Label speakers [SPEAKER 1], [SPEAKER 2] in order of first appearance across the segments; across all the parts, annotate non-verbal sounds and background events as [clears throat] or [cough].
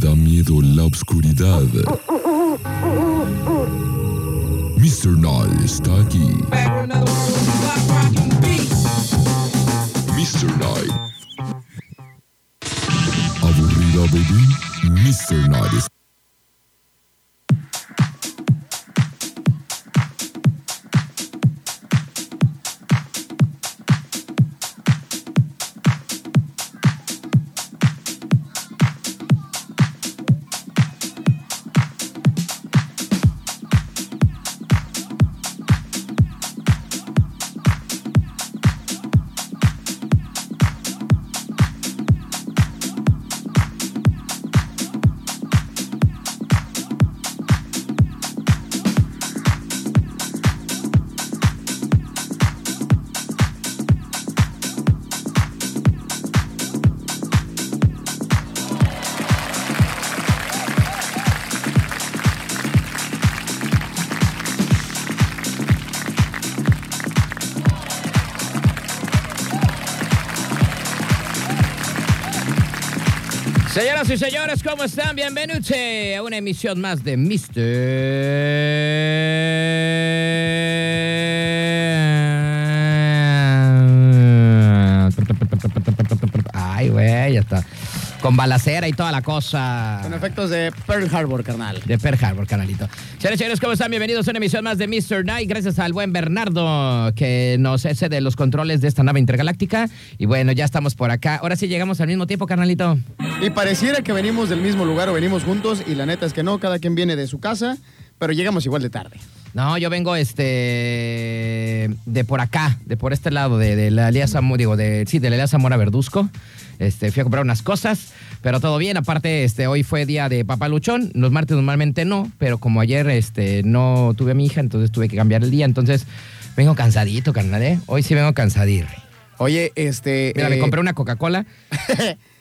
[SPEAKER 1] da miedo la oscuridad. Mr. Night está aquí. Mr. Night. Aburrida, baby. Mr. Night está
[SPEAKER 2] Señoras y señores, ¿cómo están? Bienvenidos a una emisión más de Mister. Ay, güey, ya está. Con balacera y toda la cosa.
[SPEAKER 3] Con efectos de Pearl Harbor, carnal.
[SPEAKER 2] De Pearl Harbor, canalito. Señores, señores, ¿cómo están? Bienvenidos a una emisión más de Mr. Night. Gracias al buen Bernardo que nos cede los controles de esta nave intergaláctica. Y bueno, ya estamos por acá. Ahora sí llegamos al mismo tiempo, canalito.
[SPEAKER 3] Y pareciera que venimos del mismo lugar o venimos juntos y la neta es que no, cada quien viene de su casa, pero llegamos igual de tarde.
[SPEAKER 2] No, yo vengo este de por acá, de por este lado, de, de la Elías Zamora, digo, de, sí, de la Elías Zamora Verduzco. Este, fui a comprar unas cosas, pero todo bien. Aparte, este, hoy fue día de papaluchón. Los martes normalmente no, pero como ayer este, no tuve a mi hija, entonces tuve que cambiar el día. Entonces, vengo cansadito, carnal, ¿eh? Hoy sí vengo cansadito.
[SPEAKER 3] Oye, este...
[SPEAKER 2] Mira, me
[SPEAKER 3] eh,
[SPEAKER 2] compré una Coca-Cola.
[SPEAKER 3] [laughs]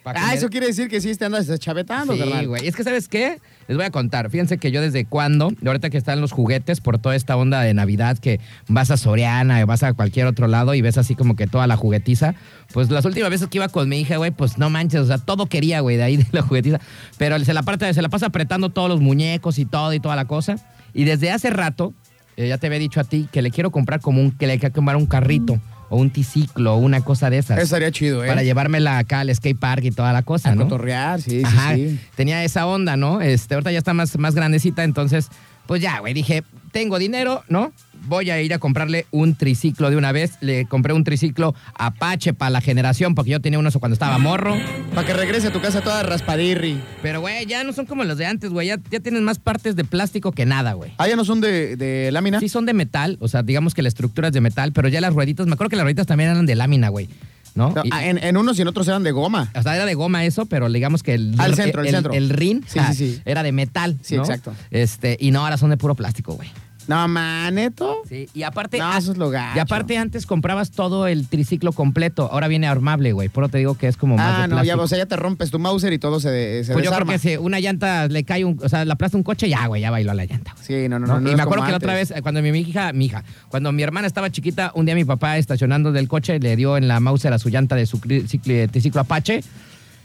[SPEAKER 2] pa'
[SPEAKER 3] ah,
[SPEAKER 2] comer.
[SPEAKER 3] eso quiere decir que sí te andas chavetando,
[SPEAKER 2] Sí,
[SPEAKER 3] carnal.
[SPEAKER 2] güey. Es que, ¿sabes qué? Les voy a contar. Fíjense que yo desde cuando, ahorita que están los juguetes por toda esta onda de Navidad, que vas a Soriana, vas a cualquier otro lado y ves así como que toda la juguetiza. Pues las últimas veces que iba con mi hija, güey, pues no manches, o sea, todo quería, güey, de ahí de la juguetiza. Pero se la, parte, se la pasa apretando todos los muñecos y todo y toda la cosa. Y desde hace rato, eh, ya te había dicho a ti que le quiero comprar como un, que le quiero comprar un carrito o un triciclo o una cosa de esas.
[SPEAKER 3] Eso estaría chido, ¿eh?
[SPEAKER 2] Para llevármela acá al skate park y toda la cosa,
[SPEAKER 3] a
[SPEAKER 2] ¿no?
[SPEAKER 3] cotorrear, sí,
[SPEAKER 2] Ajá,
[SPEAKER 3] sí, sí.
[SPEAKER 2] tenía esa onda, ¿no? Este, ahorita ya está más, más grandecita, entonces, pues ya, güey, dije, tengo dinero, ¿no? Voy a ir a comprarle un triciclo de una vez. Le compré un triciclo Apache para la generación, porque yo tenía unos cuando estaba morro.
[SPEAKER 3] Para que regrese a tu casa toda raspadirri.
[SPEAKER 2] Pero, güey, ya no son como los de antes, güey. Ya, ya tienen más partes de plástico que nada, güey.
[SPEAKER 3] Ah, ya no son de, de lámina.
[SPEAKER 2] Sí son de metal, o sea, digamos que la estructura es de metal, pero ya las rueditas, me acuerdo que las rueditas también eran de lámina, güey. ¿No?
[SPEAKER 3] No,
[SPEAKER 2] Y-
[SPEAKER 3] ah, en, en unos y en otros eran de goma.
[SPEAKER 2] O sea, era de goma eso, pero digamos que el,
[SPEAKER 3] Al Ah, centro,
[SPEAKER 2] el,
[SPEAKER 3] al centro.
[SPEAKER 2] el rin
[SPEAKER 3] Sí,
[SPEAKER 2] ah,
[SPEAKER 3] sí, sí.
[SPEAKER 2] era de metal.
[SPEAKER 3] Sí,
[SPEAKER 2] ¿no?
[SPEAKER 3] exacto.
[SPEAKER 2] Este, y no, ahora son de puro plástico, güey.
[SPEAKER 3] No, maneto.
[SPEAKER 2] Sí, y aparte.
[SPEAKER 3] No,
[SPEAKER 2] ah,
[SPEAKER 3] eso es lo gacho.
[SPEAKER 2] y aparte antes comprabas todo el triciclo completo, ahora viene armable, güey. Por eso te digo que es como más
[SPEAKER 3] Ah,
[SPEAKER 2] de
[SPEAKER 3] no, ya,
[SPEAKER 2] plástico.
[SPEAKER 3] o sea, ya te rompes tu Mauser y todo se, se
[SPEAKER 2] pues yo creo
[SPEAKER 3] desarma.
[SPEAKER 2] que si una llanta le cae un, o sea, la aplasta un coche, ya, güey, ya bailó la llanta, güey.
[SPEAKER 3] Sí, no, no,
[SPEAKER 2] ¿no?
[SPEAKER 3] no. no
[SPEAKER 2] y
[SPEAKER 3] es
[SPEAKER 2] me acuerdo
[SPEAKER 3] como
[SPEAKER 2] que la otra
[SPEAKER 3] antes.
[SPEAKER 2] vez, eh, cuando mi mi hija, mi hija, cuando mi hermana estaba chiquita, un día mi papá estacionando del coche le dio en la Mauser a su llanta de su cri- cicli- triciclo Apache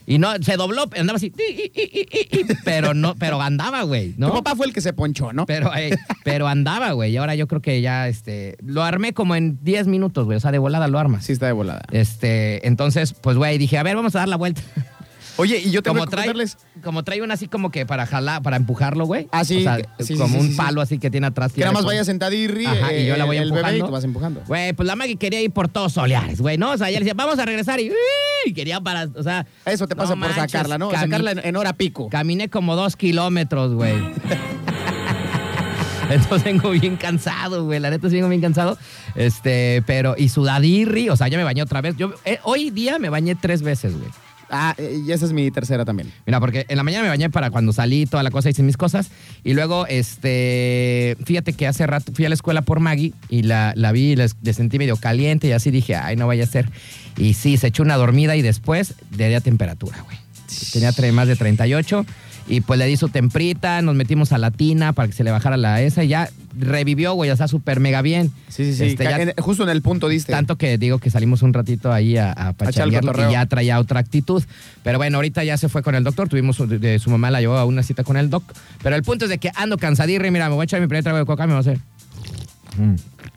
[SPEAKER 2] y no, se dobló, andaba así, "Ti, i, i, i, i", pero no, pero andaba, güey,
[SPEAKER 3] Tu
[SPEAKER 2] ¿no?
[SPEAKER 3] papá fue el que se ponchó, ¿no?
[SPEAKER 2] Pero, eh, pero andaba, güey, y ahora yo creo que ya, este, lo armé como en 10 minutos, güey, o sea, de volada lo armas.
[SPEAKER 3] Sí, está de volada.
[SPEAKER 2] Este, entonces, pues, güey, dije, a ver, vamos a dar la vuelta.
[SPEAKER 3] Oye, y yo tengo
[SPEAKER 2] Como
[SPEAKER 3] que
[SPEAKER 2] trae,
[SPEAKER 3] contarles.
[SPEAKER 2] como trae una así como que para jalar, para empujarlo, güey.
[SPEAKER 3] Ah, sí,
[SPEAKER 2] O sea,
[SPEAKER 3] que- sí, sí,
[SPEAKER 2] como
[SPEAKER 3] sí,
[SPEAKER 2] un
[SPEAKER 3] sí, sí.
[SPEAKER 2] palo así que tiene atrás.
[SPEAKER 3] Que nada más
[SPEAKER 2] tiene-
[SPEAKER 3] vayas sentado y ríe.
[SPEAKER 2] Ajá, y yo la voy
[SPEAKER 3] el bebé y
[SPEAKER 2] empujando.
[SPEAKER 3] tú vas empujando.
[SPEAKER 2] Güey, pues la Maggie quería ir por todos soleares, güey, ¿no? O sea, ella le decía, vamos a regresar y, y quería para, o sea...
[SPEAKER 3] Eso te
[SPEAKER 2] no
[SPEAKER 3] pasa por
[SPEAKER 2] manches,
[SPEAKER 3] sacarla, ¿no?
[SPEAKER 2] cami-
[SPEAKER 3] Sacarla en, en hora pico.
[SPEAKER 2] Caminé como dos kilómetros, güey. [laughs] Entonces vengo bien cansado, güey. La neta sí vengo bien cansado. Este, pero, y sudadirri, o sea, ya me bañé otra vez. Yo, eh, hoy día me bañé tres veces, güey.
[SPEAKER 3] Ah, eh, y esa es mi tercera también.
[SPEAKER 2] Mira, porque en la mañana me bañé para cuando salí, toda la cosa, hice mis cosas. Y luego, este, fíjate que hace rato fui a la escuela por Maggie y la, la vi y la, la sentí medio caliente y así dije, ay, no vaya a ser. Y sí, se echó una dormida y después de a temperatura, güey. tenía tre- más de 38. Y pues le di su temprita, nos metimos a la tina para que se le bajara la esa y ya revivió, güey, ya está súper mega bien.
[SPEAKER 3] Sí, sí, sí.
[SPEAKER 2] Este, ya-
[SPEAKER 3] Ca- en- justo en el punto diste.
[SPEAKER 2] tanto que digo que salimos un ratito ahí a, a
[SPEAKER 3] echar el
[SPEAKER 2] pachanguear
[SPEAKER 3] cotorreo.
[SPEAKER 2] y ya traía otra actitud. Pero bueno, ahorita ya se fue con el doctor. Tuvimos su, de- su mamá la llevó a una cita con el doc. Pero el punto es de que ando cansadirre. Mira, me voy a echar mi primer trago de coca, me voy a hacer.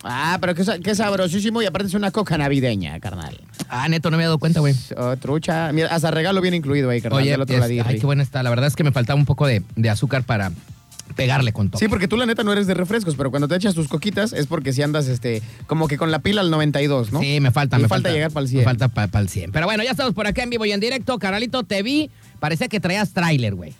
[SPEAKER 3] Ah, pero qué, sa- qué sabrosísimo. Y aparte es una coca navideña, carnal.
[SPEAKER 2] Ah, neto, no me he dado cuenta, güey.
[SPEAKER 3] Oh, trucha. Mira, hasta regalo bien incluido ahí, carnal.
[SPEAKER 2] Oye,
[SPEAKER 3] del otro
[SPEAKER 2] es-
[SPEAKER 3] ladito.
[SPEAKER 2] ay, qué buena está. La verdad es que me faltaba un poco de, de azúcar para pegarle con todo.
[SPEAKER 3] Sí, porque tú la neta no eres de refrescos, pero cuando te echas tus coquitas es porque si andas este como que con la pila al 92, ¿no?
[SPEAKER 2] Sí, me falta.
[SPEAKER 3] Y
[SPEAKER 2] me
[SPEAKER 3] falta llegar para el
[SPEAKER 2] Me
[SPEAKER 3] 100.
[SPEAKER 2] falta para el 100. Pero bueno, ya estamos por acá en vivo y en directo. Caralito, te vi. Parecía que traías tráiler, güey.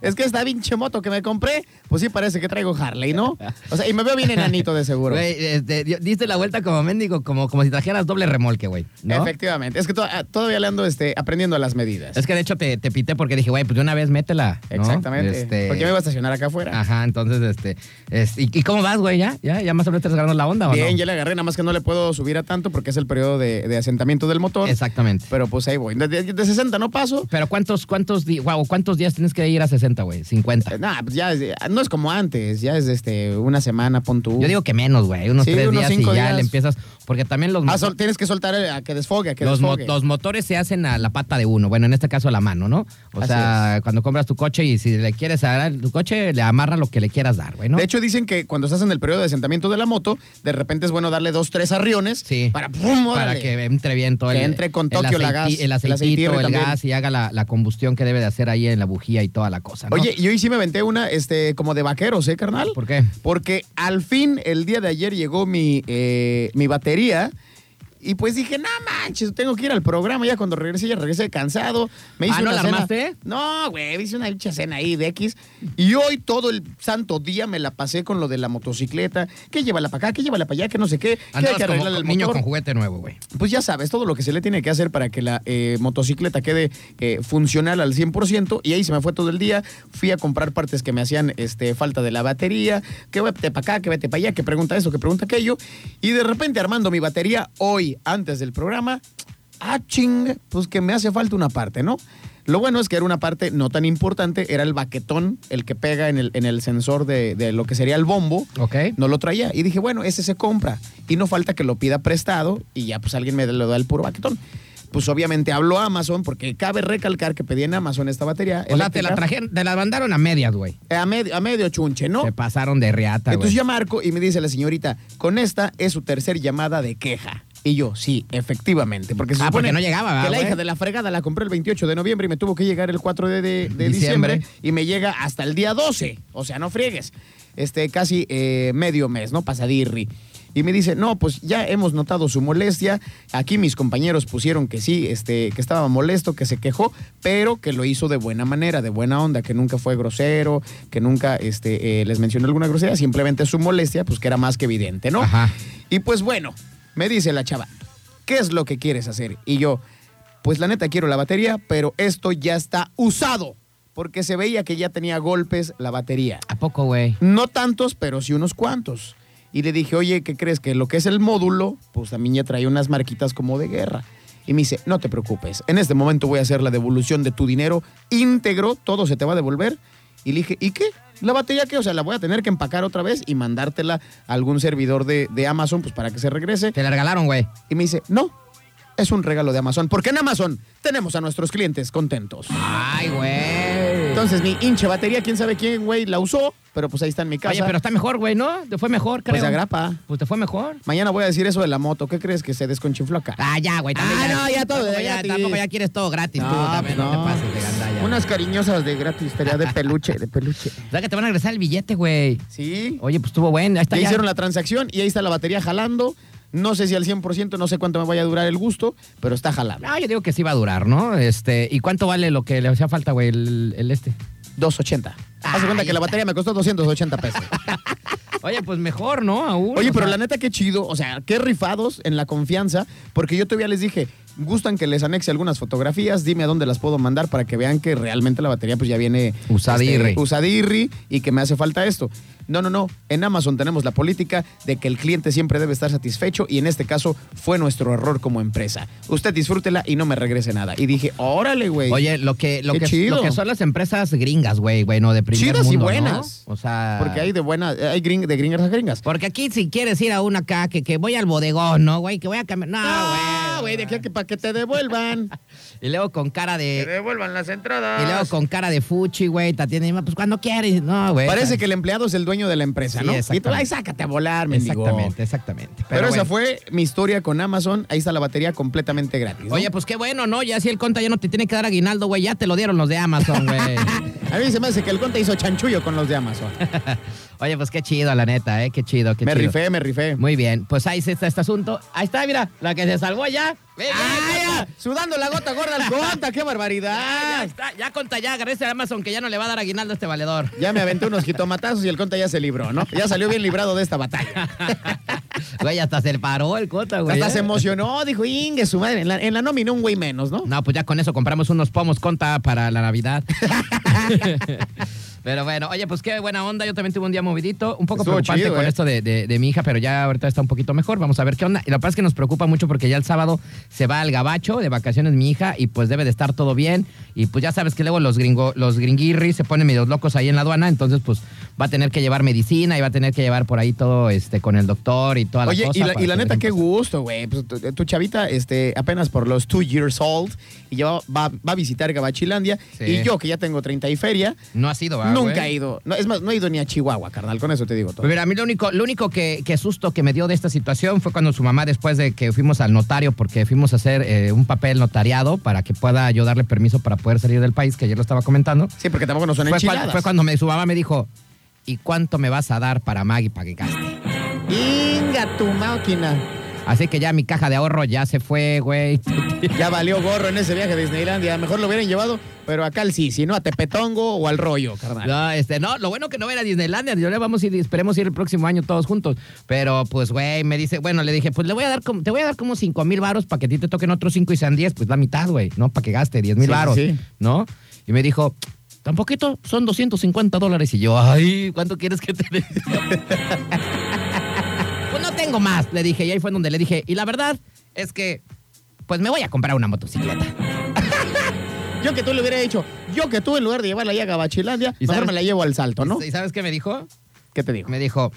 [SPEAKER 3] Es que esta pinche moto que me compré, pues sí parece que traigo Harley, ¿no? O sea, y me veo bien enanito de seguro.
[SPEAKER 2] Güey, este, di- diste la vuelta como mendigo, como, como si trajeras doble remolque, güey. ¿no?
[SPEAKER 3] Efectivamente. Es que to- ah, todavía le ando este, aprendiendo las medidas.
[SPEAKER 2] Es que de hecho te, te pité porque dije, güey, pues de una vez métela. ¿no?
[SPEAKER 3] Exactamente.
[SPEAKER 2] Este,
[SPEAKER 3] Porque me iba a estacionar acá afuera.
[SPEAKER 2] Ajá, entonces, este. es- ¿y, y cómo vas, güey? ¿Ya? ¿Ya? ¿Ya más o menos te agarrando la onda o
[SPEAKER 3] bien,
[SPEAKER 2] no?
[SPEAKER 3] ya le agarré, nada más que no le puedo subir a tanto porque es el periodo de, de asentamiento del motor.
[SPEAKER 2] Exactamente.
[SPEAKER 3] Pero pues ahí voy. De, de- de 60 no paso.
[SPEAKER 2] Pero ¿cuántos, cuántos, di- guau, ¿cuántos días tienes que ir a 60, güey? 50.
[SPEAKER 3] Eh, Nah, pues ya es- no es como antes, ya es este una semana, pon tú.
[SPEAKER 2] Yo digo que menos, güey. Unos
[SPEAKER 3] Sí,
[SPEAKER 2] tres
[SPEAKER 3] unos
[SPEAKER 2] días y
[SPEAKER 3] cinco
[SPEAKER 2] ya
[SPEAKER 3] días.
[SPEAKER 2] le empiezas. Porque también los,
[SPEAKER 3] Ah,
[SPEAKER 2] moto-
[SPEAKER 3] sol- tienes que soltar el- a que desfogue, a que
[SPEAKER 2] los, mo-
[SPEAKER 3] desfogue.
[SPEAKER 2] los motores se hacen a la pata de uno. Bueno, en este caso a la mano, ¿no? O
[SPEAKER 3] Así
[SPEAKER 2] sea, cuando compras tu coche y si le quieres dar tu coche, le amarra lo que le quieras dar, güey, ¿no?
[SPEAKER 3] De hecho, dicen que cuando estás en el periodo de asentamiento de la moto, de repente es bueno darle dos, tres arriones
[SPEAKER 2] Sí.
[SPEAKER 3] para ¡pum!
[SPEAKER 2] para
[SPEAKER 3] órale!
[SPEAKER 2] que entre bien todo
[SPEAKER 3] Que
[SPEAKER 2] el
[SPEAKER 3] entre con
[SPEAKER 2] el
[SPEAKER 3] Tokio la
[SPEAKER 2] aceiti-
[SPEAKER 3] gas,
[SPEAKER 2] el
[SPEAKER 3] el
[SPEAKER 2] aceitito,
[SPEAKER 3] aceitirre
[SPEAKER 2] el,
[SPEAKER 3] también.
[SPEAKER 2] gas y haga la, la combustión que debe de hacer ahí en la bujía y toda la cosa. ¿no? Ah,
[SPEAKER 3] Oye, y hoy sí me aventé una este, como de vaqueros, ¿eh, carnal?
[SPEAKER 2] ¿por qué?
[SPEAKER 3] Porque al fin, el día de ayer llegó mi, eh, mi batería. Y pues dije, no manches, tengo que ir al programa. Ya cuando regresé, ya regresé cansado. Me hice
[SPEAKER 2] Ah, ¿no
[SPEAKER 3] una
[SPEAKER 2] la
[SPEAKER 3] cena.
[SPEAKER 2] armaste?
[SPEAKER 3] No, güey, me hice una dicha cena ahí de X. Y hoy todo el santo día me la pasé con lo de la motocicleta. Que llévala para acá, que llévala para allá, que no sé qué. Que hay
[SPEAKER 2] Andabas
[SPEAKER 3] que
[SPEAKER 2] como
[SPEAKER 3] arreglarle el
[SPEAKER 2] con- niño
[SPEAKER 3] motor.
[SPEAKER 2] con juguete nuevo, güey.
[SPEAKER 3] Pues ya sabes, todo lo que se le tiene que hacer para que la eh, motocicleta quede eh, funcional al 100% y ahí se me fue todo el día, fui a comprar partes que me hacían este, falta de la batería, que vete para acá, que vete para allá, que pregunta eso, que pregunta aquello, y de repente armando mi batería hoy, antes del programa, ah, ching, pues que me hace falta una parte, ¿no? Lo bueno es que era una parte no tan importante, era el baquetón, el que pega en el, en el sensor de, de lo que sería el bombo.
[SPEAKER 2] ¿Ok?
[SPEAKER 3] No lo traía. Y dije, bueno, ese se compra. Y no falta que lo pida prestado y ya pues alguien me lo da el puro baquetón. Pues obviamente habló a Amazon porque cabe recalcar que pedí en Amazon esta batería.
[SPEAKER 2] o sea, te la
[SPEAKER 3] eléctrica,
[SPEAKER 2] trajeron, te la mandaron a medias, güey.
[SPEAKER 3] A medio, a medio chunche, ¿no?
[SPEAKER 2] Te pasaron de reata,
[SPEAKER 3] Entonces
[SPEAKER 2] güey.
[SPEAKER 3] ya marco y me dice la señorita, con esta es su tercer llamada de queja. Y yo, sí, efectivamente. Porque se
[SPEAKER 2] Ah,
[SPEAKER 3] supone
[SPEAKER 2] porque no llegaba, ¿verdad,
[SPEAKER 3] que la
[SPEAKER 2] güey?
[SPEAKER 3] hija de la fregada la compré el 28 de noviembre y me tuvo que llegar el 4 de, de- de diciembre.
[SPEAKER 2] Diciembre.
[SPEAKER 3] y me llega hasta el día 12. O sea, no friegues. Este, casi eh, medio mes, ¿no? Pasadirri. Y me dice, no, pues ya hemos notado su molestia. Aquí mis compañeros pusieron que sí, este, que estaba molesto, que se quejó, pero que lo hizo de buena manera, de buena onda, que nunca fue grosero, que nunca este, eh, les mencionó alguna grosería. Simplemente su molestia, pues que era más que evidente, ¿no?
[SPEAKER 2] Ajá.
[SPEAKER 3] Y pues bueno, me dice la chava, ¿qué es lo que quieres hacer? Y yo, pues la neta quiero la batería, pero esto ya está usado, porque se veía que ya tenía golpes la batería.
[SPEAKER 2] ¿A poco, güey?
[SPEAKER 3] No tantos, pero sí unos cuantos. Y le dije, oye, ¿qué crees? Que lo que es el módulo, pues también ya trae unas marquitas como de guerra. Y me dice, no te preocupes, en este momento voy a hacer la devolución de tu dinero íntegro, todo se te va a devolver. Y le dije, ¿y qué? ¿La batería qué? O sea, la voy a tener que empacar otra vez y mandártela a algún servidor de, de Amazon, pues para que se regrese.
[SPEAKER 2] Te la regalaron, güey.
[SPEAKER 3] Y me dice, no, es un regalo de Amazon, porque en Amazon tenemos a nuestros clientes contentos.
[SPEAKER 2] Ay, güey.
[SPEAKER 3] Entonces, mi hinche batería, quién sabe quién, güey, la usó, pero pues ahí está en mi casa.
[SPEAKER 2] Oye, pero está mejor, güey, ¿no? Te fue mejor, creo.
[SPEAKER 3] pues agrapa.
[SPEAKER 2] Pues te fue mejor.
[SPEAKER 3] Mañana voy a decir eso de la moto. ¿Qué crees que se desconchinfló acá?
[SPEAKER 2] Ah, ya, güey. también
[SPEAKER 3] Ah, no, ya todo
[SPEAKER 2] Tampoco
[SPEAKER 3] de
[SPEAKER 2] ya,
[SPEAKER 3] gratis.
[SPEAKER 2] tampoco ya quieres todo gratis. tú también no,
[SPEAKER 3] pues
[SPEAKER 2] te pases de gandalla.
[SPEAKER 3] Unas cariñosas de gratis, estaría de peluche, de peluche.
[SPEAKER 2] O sea, que te van a regresar el billete, güey.
[SPEAKER 3] Sí.
[SPEAKER 2] Oye, pues estuvo bueno. Ahí está
[SPEAKER 3] Ya
[SPEAKER 2] ya.
[SPEAKER 3] hicieron la transacción y ahí está la batería jalando. No sé si al 100%, no sé cuánto me vaya a durar el gusto, pero está jalando.
[SPEAKER 2] Ah, yo digo que sí va a durar, ¿no? Este, ¿y cuánto vale lo que le hacía falta, güey, el, el este?
[SPEAKER 3] 280. Haz de cuenta que la batería me costó 280 pesos.
[SPEAKER 2] Oye, pues mejor, ¿no? Aún.
[SPEAKER 3] Oye,
[SPEAKER 2] o
[SPEAKER 3] pero
[SPEAKER 2] sea,
[SPEAKER 3] la neta, qué chido. O sea, qué rifados en la confianza. Porque yo todavía les dije, gustan que les anexe algunas fotografías, dime a dónde las puedo mandar para que vean que realmente la batería pues ya viene
[SPEAKER 2] Usadirri.
[SPEAKER 3] este, usadirri y que me hace falta esto. No, no, no. En Amazon tenemos la política de que el cliente siempre debe estar satisfecho y en este caso fue nuestro error como empresa. Usted disfrútela y no me regrese nada. Y dije, órale, güey.
[SPEAKER 2] Oye, lo que, lo
[SPEAKER 3] Qué
[SPEAKER 2] que,
[SPEAKER 3] chido.
[SPEAKER 2] lo que son las empresas gringas, güey, güey, no de primer
[SPEAKER 3] Chidas y
[SPEAKER 2] mundo, ¿no?
[SPEAKER 3] buenas.
[SPEAKER 2] O sea.
[SPEAKER 3] Porque hay de buena, hay gring- de gringas a gringas.
[SPEAKER 2] Porque aquí si quieres ir a una acá, que, que voy al bodegón, ¿no, güey? Que voy a cambiar. No,
[SPEAKER 3] Ah,
[SPEAKER 2] güey.
[SPEAKER 3] güey, de aquí a que para que te devuelvan.
[SPEAKER 2] Y luego con cara de.
[SPEAKER 3] devuelvan las
[SPEAKER 2] Y luego
[SPEAKER 3] entradas.
[SPEAKER 2] con cara de fuchi, güey. Te atienden, pues cuando quieres. No, güey.
[SPEAKER 3] Parece que el empleado es el dueño de la empresa,
[SPEAKER 2] Sí,
[SPEAKER 3] ¿no? Y tú,
[SPEAKER 2] exactamente.
[SPEAKER 3] ay, sácate a volar, mendigo.
[SPEAKER 2] Exactamente, exactamente.
[SPEAKER 3] Pero,
[SPEAKER 2] bueno.
[SPEAKER 3] esa fue mi historia con Amazon. Ahí está la batería completamente gratis. ¿no?
[SPEAKER 2] Oye, pues qué bueno, ¿no? Ya si el conta ya no te tiene que dar aguinaldo, güey. Ya te lo dieron los de Amazon,
[SPEAKER 3] [laughs]
[SPEAKER 2] güey. pues-
[SPEAKER 3] a mí se me hace que el conte hizo chanchullo con los de Amazon.
[SPEAKER 2] Oye, pues qué chido, la neta, ¿eh? Qué chido, [laughs] qué
[SPEAKER 3] me
[SPEAKER 2] chido.
[SPEAKER 3] rifé, me rifé.
[SPEAKER 2] Muy bien, pues ahí está este asunto. Ahí está, mira, la que se salvó ya. Ve, ve,
[SPEAKER 3] ¡Ay,
[SPEAKER 2] Conta.
[SPEAKER 3] Ah, ya! Ah. Sudando la gota gorda al conta, qué
[SPEAKER 2] Ya
[SPEAKER 3] barbaridad.
[SPEAKER 2] está, ya conta, ya agradece a Amazon que ya no le va a dar aguinaldo a este valedor.
[SPEAKER 3] Ya me aventé unos jitomatazos y el conta ya se libró, ¿no? Ya salió bien librado de esta batalla.
[SPEAKER 2] Güey, hasta se le paró el cota, [laughs] güey.
[SPEAKER 3] Hasta se
[SPEAKER 2] ¿eh?
[SPEAKER 3] emocionó, dijo, ingue, su madre. En la, en la nómina un güey menos, ¿no?
[SPEAKER 2] No, pues ya con eso compramos unos pomos conta para la
[SPEAKER 3] [laughs]
[SPEAKER 2] Navidad. pero bueno, oye, pues qué buena onda. Yo también tuve un día movidito, un poco
[SPEAKER 3] Estuvo
[SPEAKER 2] preocupante
[SPEAKER 3] chido,
[SPEAKER 2] con
[SPEAKER 3] ¿eh?
[SPEAKER 2] esto de, de- de mi hija, pero ya ahorita está un poquito mejor. Vamos a ver qué onda. Y la verdad es que nos preocupa mucho porque ya el sábado se va al gabacho de vacaciones mi hija y pues debe de estar todo bien. Y pues ya sabes que luego los gringo, los gringuirris se ponen medio locos ahí en la aduana, entonces pues va a tener que llevar medicina y va a tener que llevar por ahí todo este con el doctor y toda la
[SPEAKER 3] Oye,
[SPEAKER 2] cosa.
[SPEAKER 3] y la,
[SPEAKER 2] para
[SPEAKER 3] y la
[SPEAKER 2] que
[SPEAKER 3] neta,
[SPEAKER 2] estén
[SPEAKER 3] qué
[SPEAKER 2] en paz.
[SPEAKER 3] gusto, güey. Pues, tu, tu chavita, este, apenas por los two years old, y ya va, va- va a visitar Gabachilandia.
[SPEAKER 2] Sí.
[SPEAKER 3] Y yo, que ya tengo 30 y feria,
[SPEAKER 2] No ha sido, ¿verdad,
[SPEAKER 3] nunca
[SPEAKER 2] güey?
[SPEAKER 3] he ido. No, es más, no he ido ni a Chihuahua, carnal, con eso te digo todo.
[SPEAKER 2] Pues mira, a mí lo único, lo único que, que susto que me dio de esta situación fue cuando su mamá, después de que fuimos al notario, porque fuimos a hacer eh, un papel notariado para que pueda yo darle permiso para poder salir del país, que ayer lo estaba comentando,
[SPEAKER 3] Sí, porque tampoco nos son
[SPEAKER 2] fue, cuan-
[SPEAKER 3] enchiladas.
[SPEAKER 2] fue cuando me, su mamá me dijo, ¿y cuánto me vas a dar para Maggie para que gaste?
[SPEAKER 3] Inga tu máquina.
[SPEAKER 2] Así que ya mi caja de ahorro ya se fue, güey.
[SPEAKER 3] Ya valió gorro en ese viaje a Disneylandia. Mejor lo hubieran llevado, pero acá al sí, si no a Tepetongo o al rollo, carnal.
[SPEAKER 2] No,
[SPEAKER 3] [laughs]
[SPEAKER 2] este, no, lo bueno que no era Disneylandia, yo le vamos a ir, esperemos ir el próximo año todos juntos. Pero pues, güey, me dice, bueno, le dije, pues le voy a dar como, te voy a dar como 5 mil varos para que a ti te toquen otros 5 y sean 10, pues la mitad, güey, ¿no? Para que gaste 10 mil
[SPEAKER 3] Sí,
[SPEAKER 2] varos,
[SPEAKER 3] sí.
[SPEAKER 2] ¿no? Y me dijo, tampoco son 250 dólares. Y yo, ay, ¿cuánto quieres que te dé? [laughs] pues no tengo más, le dije. Y ahí fue donde le dije, y la verdad es que, pues me voy a comprar una motocicleta.
[SPEAKER 3] Yo que tú le hubiera dicho, yo que tú en lugar de llevarla ya a Gabachilandia,
[SPEAKER 2] ¿Y
[SPEAKER 3] mejor
[SPEAKER 2] sabes-
[SPEAKER 3] me la llevo al salto, ¿no?
[SPEAKER 2] ¿Y sabes qué me dijo?
[SPEAKER 3] ¿Qué te digo?
[SPEAKER 2] Me dijo,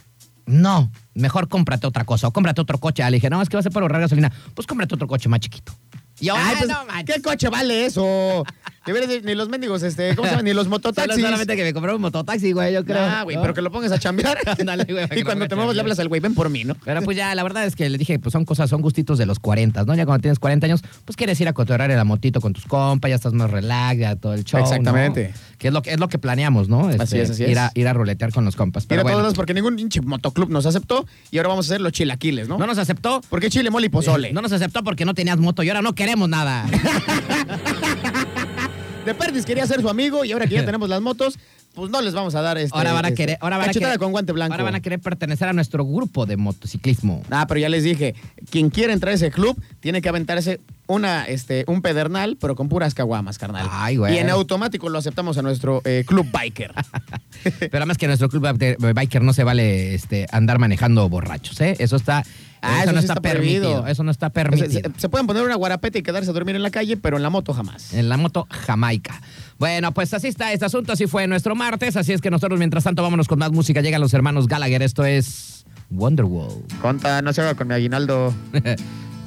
[SPEAKER 2] no, mejor cómprate otra cosa o cómprate otro coche. Ah, Le dije, no, es que vas a ser para ahorrar gasolina. Pues cómprate otro coche más chiquito. Y yo,
[SPEAKER 3] Ay,
[SPEAKER 2] "Ah,
[SPEAKER 3] pues,
[SPEAKER 2] no manches".
[SPEAKER 3] ¿Qué coche vale eso? De veras, ni los mendigos, este, ¿cómo se llaman? Ni
[SPEAKER 2] [laughs]
[SPEAKER 3] los
[SPEAKER 2] Solo-
[SPEAKER 3] mototaxis.
[SPEAKER 2] solamente que me compró un mototaxi, güey, yo creo.
[SPEAKER 3] Ah, güey,
[SPEAKER 2] ¿no?
[SPEAKER 3] pero que lo pongas a chambear.
[SPEAKER 2] [laughs] Ándale, güey, para que
[SPEAKER 3] y
[SPEAKER 2] lo
[SPEAKER 3] cuando
[SPEAKER 2] pongas
[SPEAKER 3] te
[SPEAKER 2] a
[SPEAKER 3] muevas
[SPEAKER 2] chambear.
[SPEAKER 3] le hablas al güey, ven por mí, ¿no?
[SPEAKER 2] Pero pues ya, la verdad es que le dije, pues son cosas, son gustitos de los 40, ¿no? Ya cuando tienes 40 años, pues quieres ir a cotorrear en la motito con tus compas, ya estás más relax, ya todo el show. ¿no?
[SPEAKER 3] Exactamente.
[SPEAKER 2] Que es lo, que- es lo que planeamos, ¿no? Este,
[SPEAKER 3] Así es, así es.
[SPEAKER 2] Ir a, ir a ruletear con los compas. Pero
[SPEAKER 3] Mira,
[SPEAKER 2] bueno,
[SPEAKER 3] todos porque ningún hinche motoclub nos aceptó y ahora vamos a hacer los chilaquiles, ¿no?
[SPEAKER 2] no nos aceptó.
[SPEAKER 3] Porque chile, mole y pozole.
[SPEAKER 2] No nos aceptó porque no tenías moto y ahora no queremos nada.
[SPEAKER 3] De Perdis quería ser su amigo y
[SPEAKER 2] [laughs]
[SPEAKER 3] ahora que ya tenemos las motos, pues no les vamos a dar este.
[SPEAKER 2] Ahora van a
[SPEAKER 3] este,
[SPEAKER 2] querer, ahora van a
[SPEAKER 3] cachetada
[SPEAKER 2] querer-
[SPEAKER 3] con guante blanco.
[SPEAKER 2] Ahora van a querer pertenecer a nuestro grupo de
[SPEAKER 3] [laughs]
[SPEAKER 2] motociclismo.
[SPEAKER 3] Ah, pero ya les dije, quien quiera entrar a ese club tiene que aventarse una, este, un pedernal, pero con puras caguamas, carnal.
[SPEAKER 2] Ay, güey.
[SPEAKER 3] Y en automático lo aceptamos a nuestro eh, club
[SPEAKER 2] [laughs]
[SPEAKER 3] biker.
[SPEAKER 2] Pero además que en nuestro club de de biker no se vale este, andar manejando borrachos, ¿eh? Eso está,
[SPEAKER 3] Ah,
[SPEAKER 2] eso
[SPEAKER 3] eso
[SPEAKER 2] no
[SPEAKER 3] sí
[SPEAKER 2] está,
[SPEAKER 3] está
[SPEAKER 2] permitido.
[SPEAKER 3] prohibido. eh,
[SPEAKER 2] Eso no está
[SPEAKER 3] se,
[SPEAKER 2] permitido.
[SPEAKER 3] se- se pueden poner una guarapeta y quedarse a dormir en la calle, pero en la moto jamás.
[SPEAKER 2] En la moto Jamaica. Bueno, pues así está este asunto, así fue nuestro martes, así es que nosotros mientras tanto vámonos con más música, llegan los hermanos Gallagher, esto es Wonderwall.
[SPEAKER 3] Conta, no se haga con mi aguinaldo.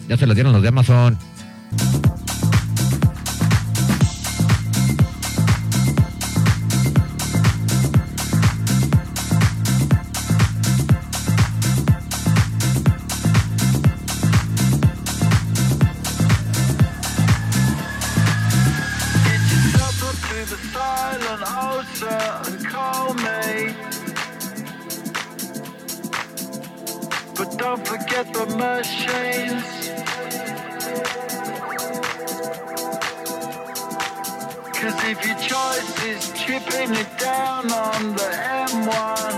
[SPEAKER 2] Ya se los dieron los de Amazon.
[SPEAKER 4] Up to the silent ocean and call me. But don't forget the machines. Cause if your choice is chipping it down on the M1,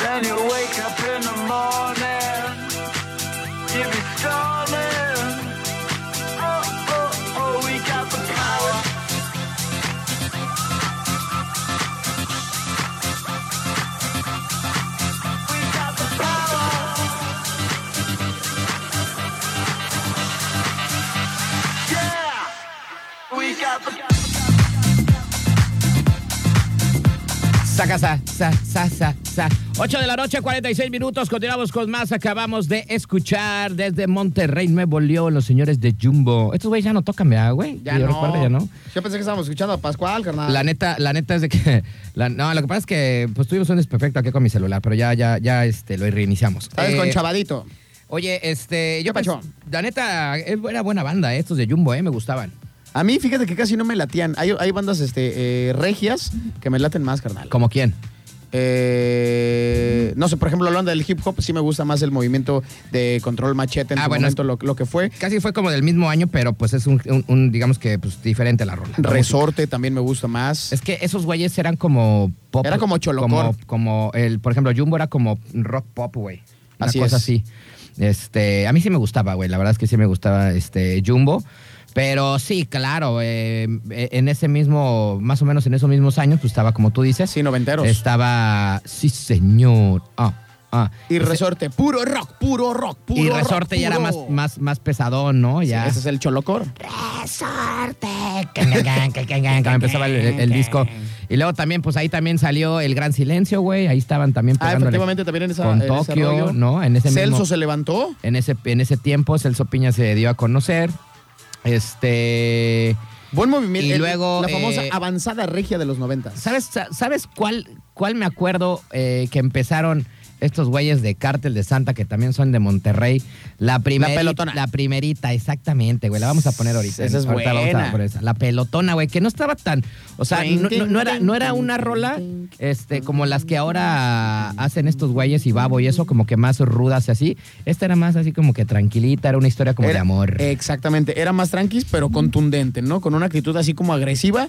[SPEAKER 4] then you wake up in the morning. You'll be darling. Oh, oh, oh, we got the power. We got the power. Yeah, we got the
[SPEAKER 2] Saca, sa, sa, sa, sa, sa. 8 de la noche, 46 minutos. Continuamos con más. Acabamos de escuchar desde Monterrey, Nuevo León, los señores de Jumbo. Estos güeyes ya no tocan, ¿verdad, güey?
[SPEAKER 3] Ya
[SPEAKER 2] Que yo
[SPEAKER 3] no.
[SPEAKER 2] recuerde, ya no.
[SPEAKER 3] Yo pensé que estábamos escuchando a Pascual, carnal.
[SPEAKER 2] La neta, la neta es de que. [laughs] la- no, lo que pasa es que pues tuvimos un desperfecto aquí con mi celular, pero ya, ya, ya este, lo reiniciamos.
[SPEAKER 3] ¿Sabes?
[SPEAKER 2] Eh,
[SPEAKER 3] Con Chavadito.
[SPEAKER 2] Oye, este, yo
[SPEAKER 3] ¿Qué
[SPEAKER 2] pensé,
[SPEAKER 3] pacho?
[SPEAKER 2] la neta, eh, era buena banda, eh, estos de Jumbo, eh, me gustaban.
[SPEAKER 3] A mí, fíjate que casi no me latían. Hay, hay bandas este, eh, regias que me laten más, carnal.
[SPEAKER 2] ¿Como quién?
[SPEAKER 3] Eh, no sé, por ejemplo, la onda del hip hop sí me gusta más el movimiento de control machete en
[SPEAKER 2] Ah,
[SPEAKER 3] su
[SPEAKER 2] bueno,
[SPEAKER 3] momento, lo, lo que fue.
[SPEAKER 2] Casi fue como del mismo año, pero pues es un, un- un, digamos que, pues diferente la rola.
[SPEAKER 3] Resorte también me gusta más.
[SPEAKER 2] Es que esos güeyes eran como pop.
[SPEAKER 3] Era como
[SPEAKER 2] Como,
[SPEAKER 3] cholocor.
[SPEAKER 2] como el, por ejemplo, Jumbo era como rock pop, güey. Una
[SPEAKER 3] Así
[SPEAKER 2] cosa
[SPEAKER 3] es.
[SPEAKER 2] así. Este, a mí sí me gustaba, güey. La verdad es que sí me gustaba este Jumbo. Pero sí, claro, eh, en ese mismo, más o menos en esos mismos años, pues estaba como tú dices.
[SPEAKER 3] Sí, noventeros.
[SPEAKER 2] Estaba, sí señor, ah, ah.
[SPEAKER 3] Y
[SPEAKER 2] Ese-
[SPEAKER 3] resorte, puro rock, puro rock, puro
[SPEAKER 2] y
[SPEAKER 3] rock,
[SPEAKER 2] Resorte ya era más,
[SPEAKER 3] puro.
[SPEAKER 2] más, más pesadón, ¿no?
[SPEAKER 3] Sí,
[SPEAKER 2] Ya.
[SPEAKER 3] ese es el Ah, cholocor.
[SPEAKER 2] Resorte. Cuando empezaba el, el- el disco. Y luego también, pues ahí también salió El Gran Silencio, güey. Ahí estaban también
[SPEAKER 3] Ah,
[SPEAKER 2] pegándole
[SPEAKER 3] efectivamente, también en esa.
[SPEAKER 2] Con
[SPEAKER 3] en ese
[SPEAKER 2] Tokio,
[SPEAKER 3] rollo.
[SPEAKER 2] ¿no? En ese
[SPEAKER 3] Celso
[SPEAKER 2] mismo-
[SPEAKER 3] se levantó.
[SPEAKER 2] en ese, en ese tiempo, Celso Piña se dio a conocer. Este.
[SPEAKER 3] Buen movimiento.
[SPEAKER 2] Y
[SPEAKER 3] El-
[SPEAKER 2] luego,
[SPEAKER 3] La famosa
[SPEAKER 2] eh,
[SPEAKER 3] avanzada regia de los noventas.
[SPEAKER 2] ¿Sabes, sa- ¿sabes cuál, cuál me acuerdo eh, que empezaron estos güeyes de Cártel de Santa, que también son de Monterrey? La, primera,
[SPEAKER 3] pelotona.
[SPEAKER 2] La primerita, exactamente, güey. La vamos a poner ahorita.
[SPEAKER 3] Esa es
[SPEAKER 2] Ahorita vamos a
[SPEAKER 3] buena.
[SPEAKER 2] poner esa. La pelotona, güey, que no estaba tan... O sea, no, no- no era, no era una rola este, como las que ahora hacen estos güeyes y babo y eso, como que más rudas y así. Esta era más así como que tranquilita, era una historia como de
[SPEAKER 3] Era-
[SPEAKER 2] amor.
[SPEAKER 3] Exactamente. Era más tranquis, pero contundente, ¿no? Con una actitud así como agresiva,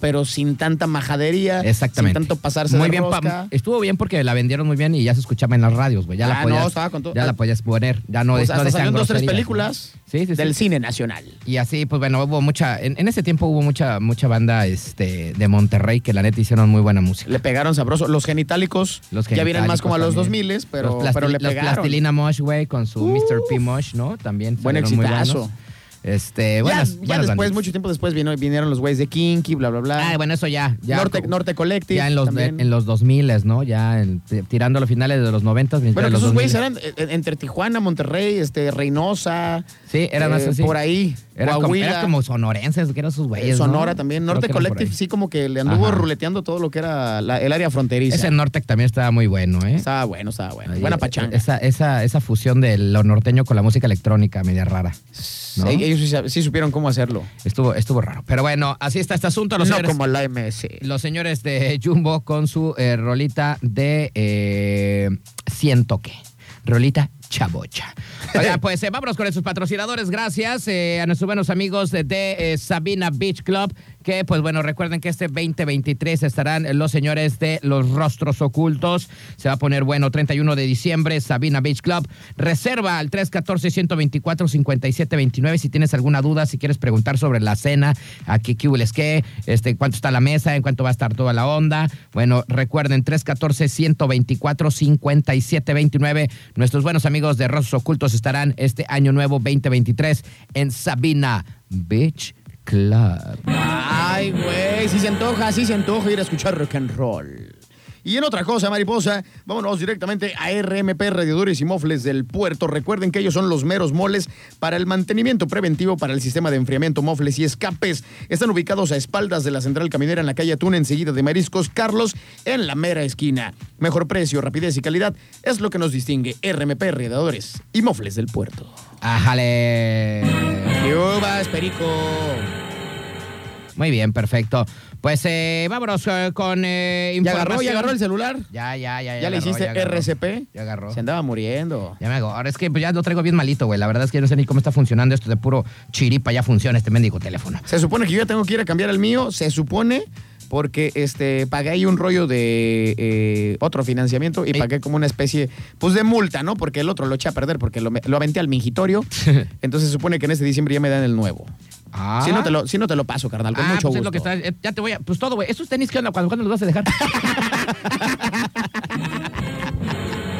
[SPEAKER 3] pero sin tanta majadería.
[SPEAKER 2] Exactamente.
[SPEAKER 3] Sin tanto pasarse
[SPEAKER 2] muy
[SPEAKER 3] de
[SPEAKER 2] bien,
[SPEAKER 3] rosca.
[SPEAKER 2] pa- eh, estuvo bien porque la vendieron muy bien y ya se escuchaba en las radios, güey. Ya la
[SPEAKER 3] Ah,
[SPEAKER 2] podías,
[SPEAKER 3] no, estaba con todo.
[SPEAKER 2] ya la podías poner. Ya no,
[SPEAKER 3] Pues
[SPEAKER 2] no
[SPEAKER 3] hasta
[SPEAKER 2] decían
[SPEAKER 3] salieron dos, tres
[SPEAKER 2] groserías,
[SPEAKER 3] películas
[SPEAKER 2] ¿no? Sí, sí, sí.
[SPEAKER 3] del cine nacional.
[SPEAKER 2] Y así, pues bueno, hubo mucha. En, en ese tiempo hubo mucha, mucha banda este, de Monterrey que la neta hicieron muy buena música.
[SPEAKER 3] Le pegaron sabroso. Los genitálicos,
[SPEAKER 2] Los
[SPEAKER 3] ya vienen más como a los
[SPEAKER 2] genitálicos
[SPEAKER 3] 2000,
[SPEAKER 2] también.
[SPEAKER 3] pero,
[SPEAKER 2] Los plasti-
[SPEAKER 3] pero le
[SPEAKER 2] los
[SPEAKER 3] pegaron.
[SPEAKER 2] Plastilina Mosh, güey, con su Mr. P. Mosh, ¿no? También.
[SPEAKER 3] Buen
[SPEAKER 2] salieron muy
[SPEAKER 3] exitazo.
[SPEAKER 2] buenos. Este,
[SPEAKER 3] Ya-
[SPEAKER 2] buenas,
[SPEAKER 3] ya
[SPEAKER 2] buenas
[SPEAKER 3] después,
[SPEAKER 2] bandas.
[SPEAKER 3] mucho tiempo después, vino, vinieron los güeyes de Kinky, bla, bla, bla.
[SPEAKER 2] Ah, bueno, eso ya. ya
[SPEAKER 3] Norte,
[SPEAKER 2] como-
[SPEAKER 3] Norte Collective.
[SPEAKER 2] Ya en los,
[SPEAKER 3] también.
[SPEAKER 2] en los 2000, ¿no? Ya en- tirando a los finales de los 90,
[SPEAKER 3] Bueno,
[SPEAKER 2] de
[SPEAKER 3] que
[SPEAKER 2] los
[SPEAKER 3] esos güeyes
[SPEAKER 2] 2000s.
[SPEAKER 3] eran eh, eh, entre Tijuana, Monterrey, este, Reynosa. eh,
[SPEAKER 2] Sí, eran más así.
[SPEAKER 3] Por ahí.
[SPEAKER 2] Era como,
[SPEAKER 3] Coahuila,
[SPEAKER 2] era como sonorenses, que eran sus
[SPEAKER 3] eh,
[SPEAKER 2] güeyes. ¿no?
[SPEAKER 3] Sonora también.
[SPEAKER 2] Creo
[SPEAKER 3] Norte
[SPEAKER 2] que eran por
[SPEAKER 3] Collective
[SPEAKER 2] ahí.
[SPEAKER 3] sí como que le anduvo
[SPEAKER 2] Ajá.
[SPEAKER 3] ruleteando todo lo que era la- el área fronteriza.
[SPEAKER 2] Ese Nortec también estaba muy bueno, ¿eh?
[SPEAKER 3] Estaba bueno, estaba bueno.
[SPEAKER 2] Ahí,
[SPEAKER 3] Buena
[SPEAKER 2] eh,
[SPEAKER 3] pachanga.
[SPEAKER 2] Esa, esa, esa fusión de lo norteño con la música electrónica, media rara. ¿no?
[SPEAKER 3] Sí, ellos sí, sab- sí supieron cómo hacerlo.
[SPEAKER 2] Estuvo, estuvo raro. Pero bueno, así está este asunto. Los,
[SPEAKER 3] no
[SPEAKER 2] señores,
[SPEAKER 3] como la MS.
[SPEAKER 2] los señores de Jumbo con su eh, rolita de eh, Siento que. Rolita chabocha. Oiga, pues eh, vámonos con sus patrocinadores. Gracias eh, a nuestros buenos amigos de, de, eh, Sabina Beach Club, que pues bueno, recuerden que este 2023 estarán los señores de los rostros ocultos. Se va a poner bueno 31 de diciembre, Sabina Beach Club. Reserva al 314-124-5729 si tienes alguna duda, si quieres preguntar sobre la cena, aquí qué hubo les qué, este, cuánto está la mesa, en cuánto va a estar toda la onda. Bueno, recuerden 314-124-5729. Nuestros buenos amigos de Rostros Ocultos estarán este año nuevo 2023 en Sabina Beach Club.
[SPEAKER 3] Ay, güey, sí se antoja, sí se antoja ir a escuchar rock and roll. Y en otra cosa, mariposa, vámonos directamente a RMP Radiadores y Mofles del Puerto. Recuerden que ellos son los meros moles para el mantenimiento preventivo para el sistema de enfriamiento, mofles y escapes. Están ubicados a espaldas de la central caminera en la calle Atún, enseguida de Mariscos Carlos, en la mera esquina. Mejor precio, rapidez y calidad es lo que nos distingue. RMP Radiadores y Mofles del Puerto.
[SPEAKER 2] ¡Ájale!
[SPEAKER 3] ¡Yubas, perico!
[SPEAKER 2] Muy bien, perfecto. Pues eh, vámonos eh, con eh,
[SPEAKER 3] ¿Y agarró,
[SPEAKER 2] información.
[SPEAKER 3] y agarró el celular?
[SPEAKER 2] Ya, ya, ya.
[SPEAKER 3] ¿Ya, le
[SPEAKER 2] agarró,
[SPEAKER 3] hiciste
[SPEAKER 2] ya agarró.
[SPEAKER 3] RCP?
[SPEAKER 2] Ya agarró.
[SPEAKER 3] Se andaba muriendo.
[SPEAKER 2] Ya me hago. Ahora es que pues, ya lo traigo bien malito, güey. La verdad es que yo no sé ni cómo está funcionando esto de puro chiripa. Ya funciona este mendigo teléfono.
[SPEAKER 3] Se supone que yo ya tengo que ir a cambiar el mío. Se supone, porque este, pagué ahí un rollo de eh, otro financiamiento y
[SPEAKER 2] Ey.
[SPEAKER 3] pagué como una especie, pues de multa, ¿no? Porque el otro lo eché a perder, porque lo, me- lo aventé
[SPEAKER 2] [laughs]
[SPEAKER 3] al mingitorio. Entonces se supone que en este diciembre ya me dan el nuevo.
[SPEAKER 2] Ah.
[SPEAKER 3] Si, no te lo, si no te lo paso, carnal, con
[SPEAKER 2] Ah,
[SPEAKER 3] mucho
[SPEAKER 2] pues
[SPEAKER 3] gusto.
[SPEAKER 2] es lo que está. eh, Ya te voy a. Pues todo, güey. Esos tenis que onda, cuando cuándo los vas a dejar. [laughs]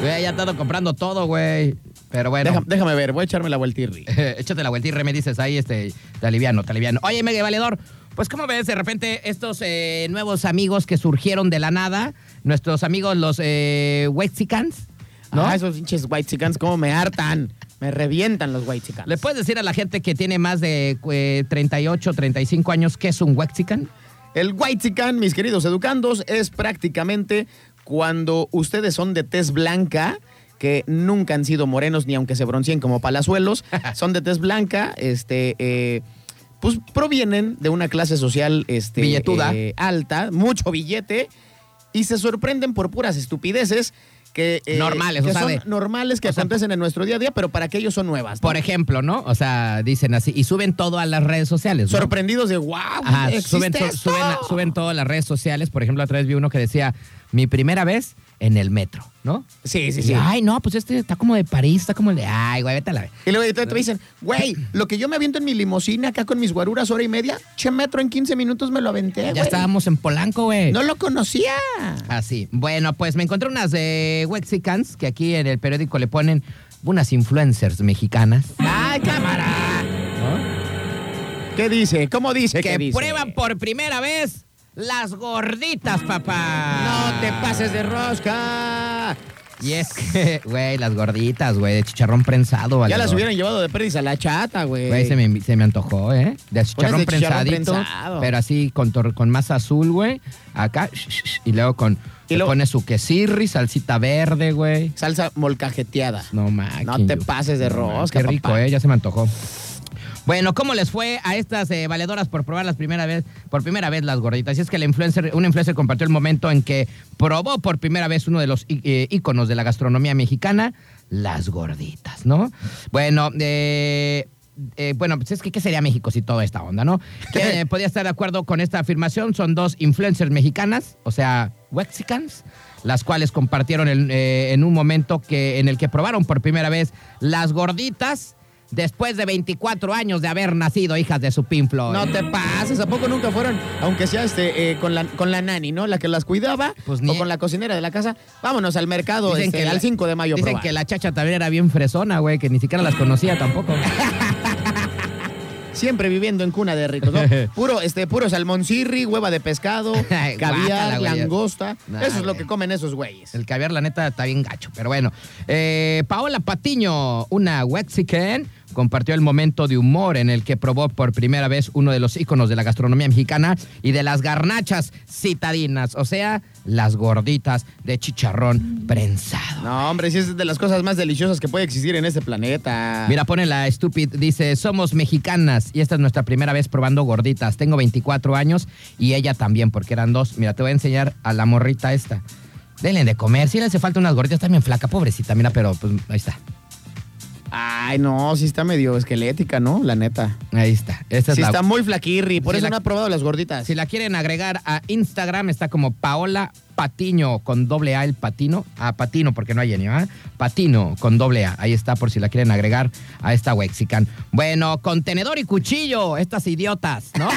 [SPEAKER 2] Güey, ya he estado comprando todo, güey. Pero bueno.
[SPEAKER 3] Deja- déjame ver, voy a echarme la vueltirri.
[SPEAKER 2] [laughs] Échate la vuelta y re me dices ahí, este, te aliviano, te aliviano. Oye, Mega Valedor, pues ¿cómo ves de repente estos eh, nuevos amigos que surgieron de la nada? Nuestros amigos los eh, Wexicans, ¿no?
[SPEAKER 3] Ah, esos pinches white chickens, cómo me hartan. Me revientan los white chickens.
[SPEAKER 2] ¿Le puedes decir a la gente que tiene más de eh, 38, 35 años qué es un Wexican?
[SPEAKER 3] El white chican, mis queridos educandos, es prácticamente cuando ustedes son de tez blanca, que nunca han sido morenos, ni aunque se broncien
[SPEAKER 2] [laughs]
[SPEAKER 3] como palazuelos, son de tez blanca, este, eh, pues provienen de una clase social este,
[SPEAKER 2] Billetuda.
[SPEAKER 3] eh, alta, mucho billete, y se sorprenden por puras estupideces que, eh,
[SPEAKER 2] Normales,
[SPEAKER 3] que
[SPEAKER 2] o sea,
[SPEAKER 3] son
[SPEAKER 2] de-
[SPEAKER 3] normales que
[SPEAKER 2] o sea,
[SPEAKER 3] acontecen en nuestro día a día, pero para que ellos son nuevas. ¿no?
[SPEAKER 2] Por ejemplo, ¿no? O sea, dicen así, y suben todo a las redes sociales. ¿no?
[SPEAKER 3] Sorprendidos de, wow, [laughs]
[SPEAKER 2] Ajá,
[SPEAKER 3] ¿existe
[SPEAKER 2] suben, to-
[SPEAKER 3] esto?"
[SPEAKER 2] suben, suben todas las redes sociales. Por ejemplo, otra vez vi uno que decía, mi primera vez en el metro, ¿no?
[SPEAKER 3] Sí, sí,
[SPEAKER 2] Y,
[SPEAKER 3] sí.
[SPEAKER 2] Ay, no, pues este está como de París, está como el de. Ay, güey, vete a la. ve-".
[SPEAKER 3] Y luego y te, te dicen, güey, lo que yo me aviento en mi limusina acá con mis guaruras hora y media, che metro en 15 minutos me lo aventé,
[SPEAKER 2] Ya
[SPEAKER 3] güey.
[SPEAKER 2] estábamos en Polanco, güey.
[SPEAKER 3] No lo conocía.
[SPEAKER 2] Así. Bueno, pues me encontré unas de Wexicans que aquí en el periódico le ponen unas influencers mexicanas.
[SPEAKER 3] ¡Ay, cámara!
[SPEAKER 2] ¿no?
[SPEAKER 3] ¿Qué dice? ¿Cómo dice? ¿Qué
[SPEAKER 2] Que
[SPEAKER 3] dice?
[SPEAKER 2] prueban por primera vez las gorditas, papá.
[SPEAKER 3] No te pases de rosca.
[SPEAKER 2] Y es que, güey, las gorditas, güey, de chicharrón prensado.
[SPEAKER 3] Ya
[SPEAKER 2] valedor.
[SPEAKER 3] las hubieran llevado de perdis a la chata, güey.
[SPEAKER 2] Güey, se me, se me antojó, ¿eh? De chicharrón
[SPEAKER 3] de chicharrón
[SPEAKER 2] prensadito.
[SPEAKER 3] prensado.
[SPEAKER 2] Pero así con, tor- con masa azul, güey. Acá. Y luego con.
[SPEAKER 3] Y
[SPEAKER 2] le
[SPEAKER 3] luego-
[SPEAKER 2] pone su quesirri, salsita verde, güey.
[SPEAKER 3] Salsa molcajeteada.
[SPEAKER 2] No mames.
[SPEAKER 3] No te pases de rosca,
[SPEAKER 2] Qué rico,
[SPEAKER 3] papá.
[SPEAKER 2] ¿eh? Ya se me antojó. Bueno, ¿cómo les fue a estas eh, valedoras por probar las primera vez, por primera vez las gorditas? Y es que la influencer, una influencer compartió el momento en que probó por primera vez uno de los í- eh, íconos de la gastronomía mexicana, las gorditas, ¿no? Bueno, eh, eh, bueno, pues es que ¿qué sería México si toda esta onda, no? ¿Quién eh, podría estar de acuerdo con esta afirmación? Son dos influencers mexicanas, o sea, Wexicans, las cuales compartieron el, eh, en un momento que, en el que probaron por primera vez las gorditas después de 24 años de haber nacido hijas de su pinflo.
[SPEAKER 3] No te pases, ¿a poco nunca fueron? Aunque sea este, eh, con, la, con la nani, ¿no? La que las cuidaba,
[SPEAKER 2] Pues ni-
[SPEAKER 3] o con la cocinera de la casa. Vámonos al mercado este, al 5 de mayo. a
[SPEAKER 2] Dicen
[SPEAKER 3] probar.
[SPEAKER 2] que la chacha también era bien fresona, güey, que ni siquiera las conocía
[SPEAKER 3] [laughs]
[SPEAKER 2] tampoco.
[SPEAKER 3] Siempre viviendo en cuna
[SPEAKER 2] [laughs]
[SPEAKER 3] de ricos, ¿no? Puro, este, puro salmoncirri, hueva de pescado,
[SPEAKER 2] Ay, [laughs] guácala,
[SPEAKER 3] caviar,
[SPEAKER 2] güey.
[SPEAKER 3] langosta.
[SPEAKER 2] Nah,
[SPEAKER 3] Eso es lo
[SPEAKER 2] güey.
[SPEAKER 3] que comen esos güeyes.
[SPEAKER 2] El caviar, la neta, está bien gacho, pero bueno. Eh, Paola Patiño, una Wexican, compartió el momento de humor en el que probó por primera vez uno de los íconos de la gastronomía mexicana y de las garnachas citadinas, o sea, las gorditas de chicharrón prensado.
[SPEAKER 3] No, hombre, sí es de las cosas más deliciosas que puede existir en este planeta.
[SPEAKER 2] Ah. Mira, pone la Stupid, dice, somos mexicanas y esta es nuestra primera vez probando gorditas. Tengo 24 años y ella también, porque eran dos. Mira, te voy a enseñar a la morrita esta. Denle de comer, si le hace falta unas gorditas, también flaca, pobrecita, mira, pero pues ahí está.
[SPEAKER 3] Ay, no, sí está medio esquelética, ¿no? La neta.
[SPEAKER 2] Ahí está. Esta es
[SPEAKER 3] Sí
[SPEAKER 2] la-
[SPEAKER 3] está muy flaquirri, por
[SPEAKER 2] Sí,
[SPEAKER 3] eso
[SPEAKER 2] la-
[SPEAKER 3] no ha probado las gorditas.
[SPEAKER 2] Si la quieren agregar a Instagram, está como Paola Patiño con doble A el patino. Ah, patino, porque no hay genio, ¿ah? Patino con doble A. Ahí está, por si la quieren agregar a esta Wexican. Bueno, contenedor y cuchillo, estas idiotas,
[SPEAKER 3] [laughs]
[SPEAKER 2] ¿no?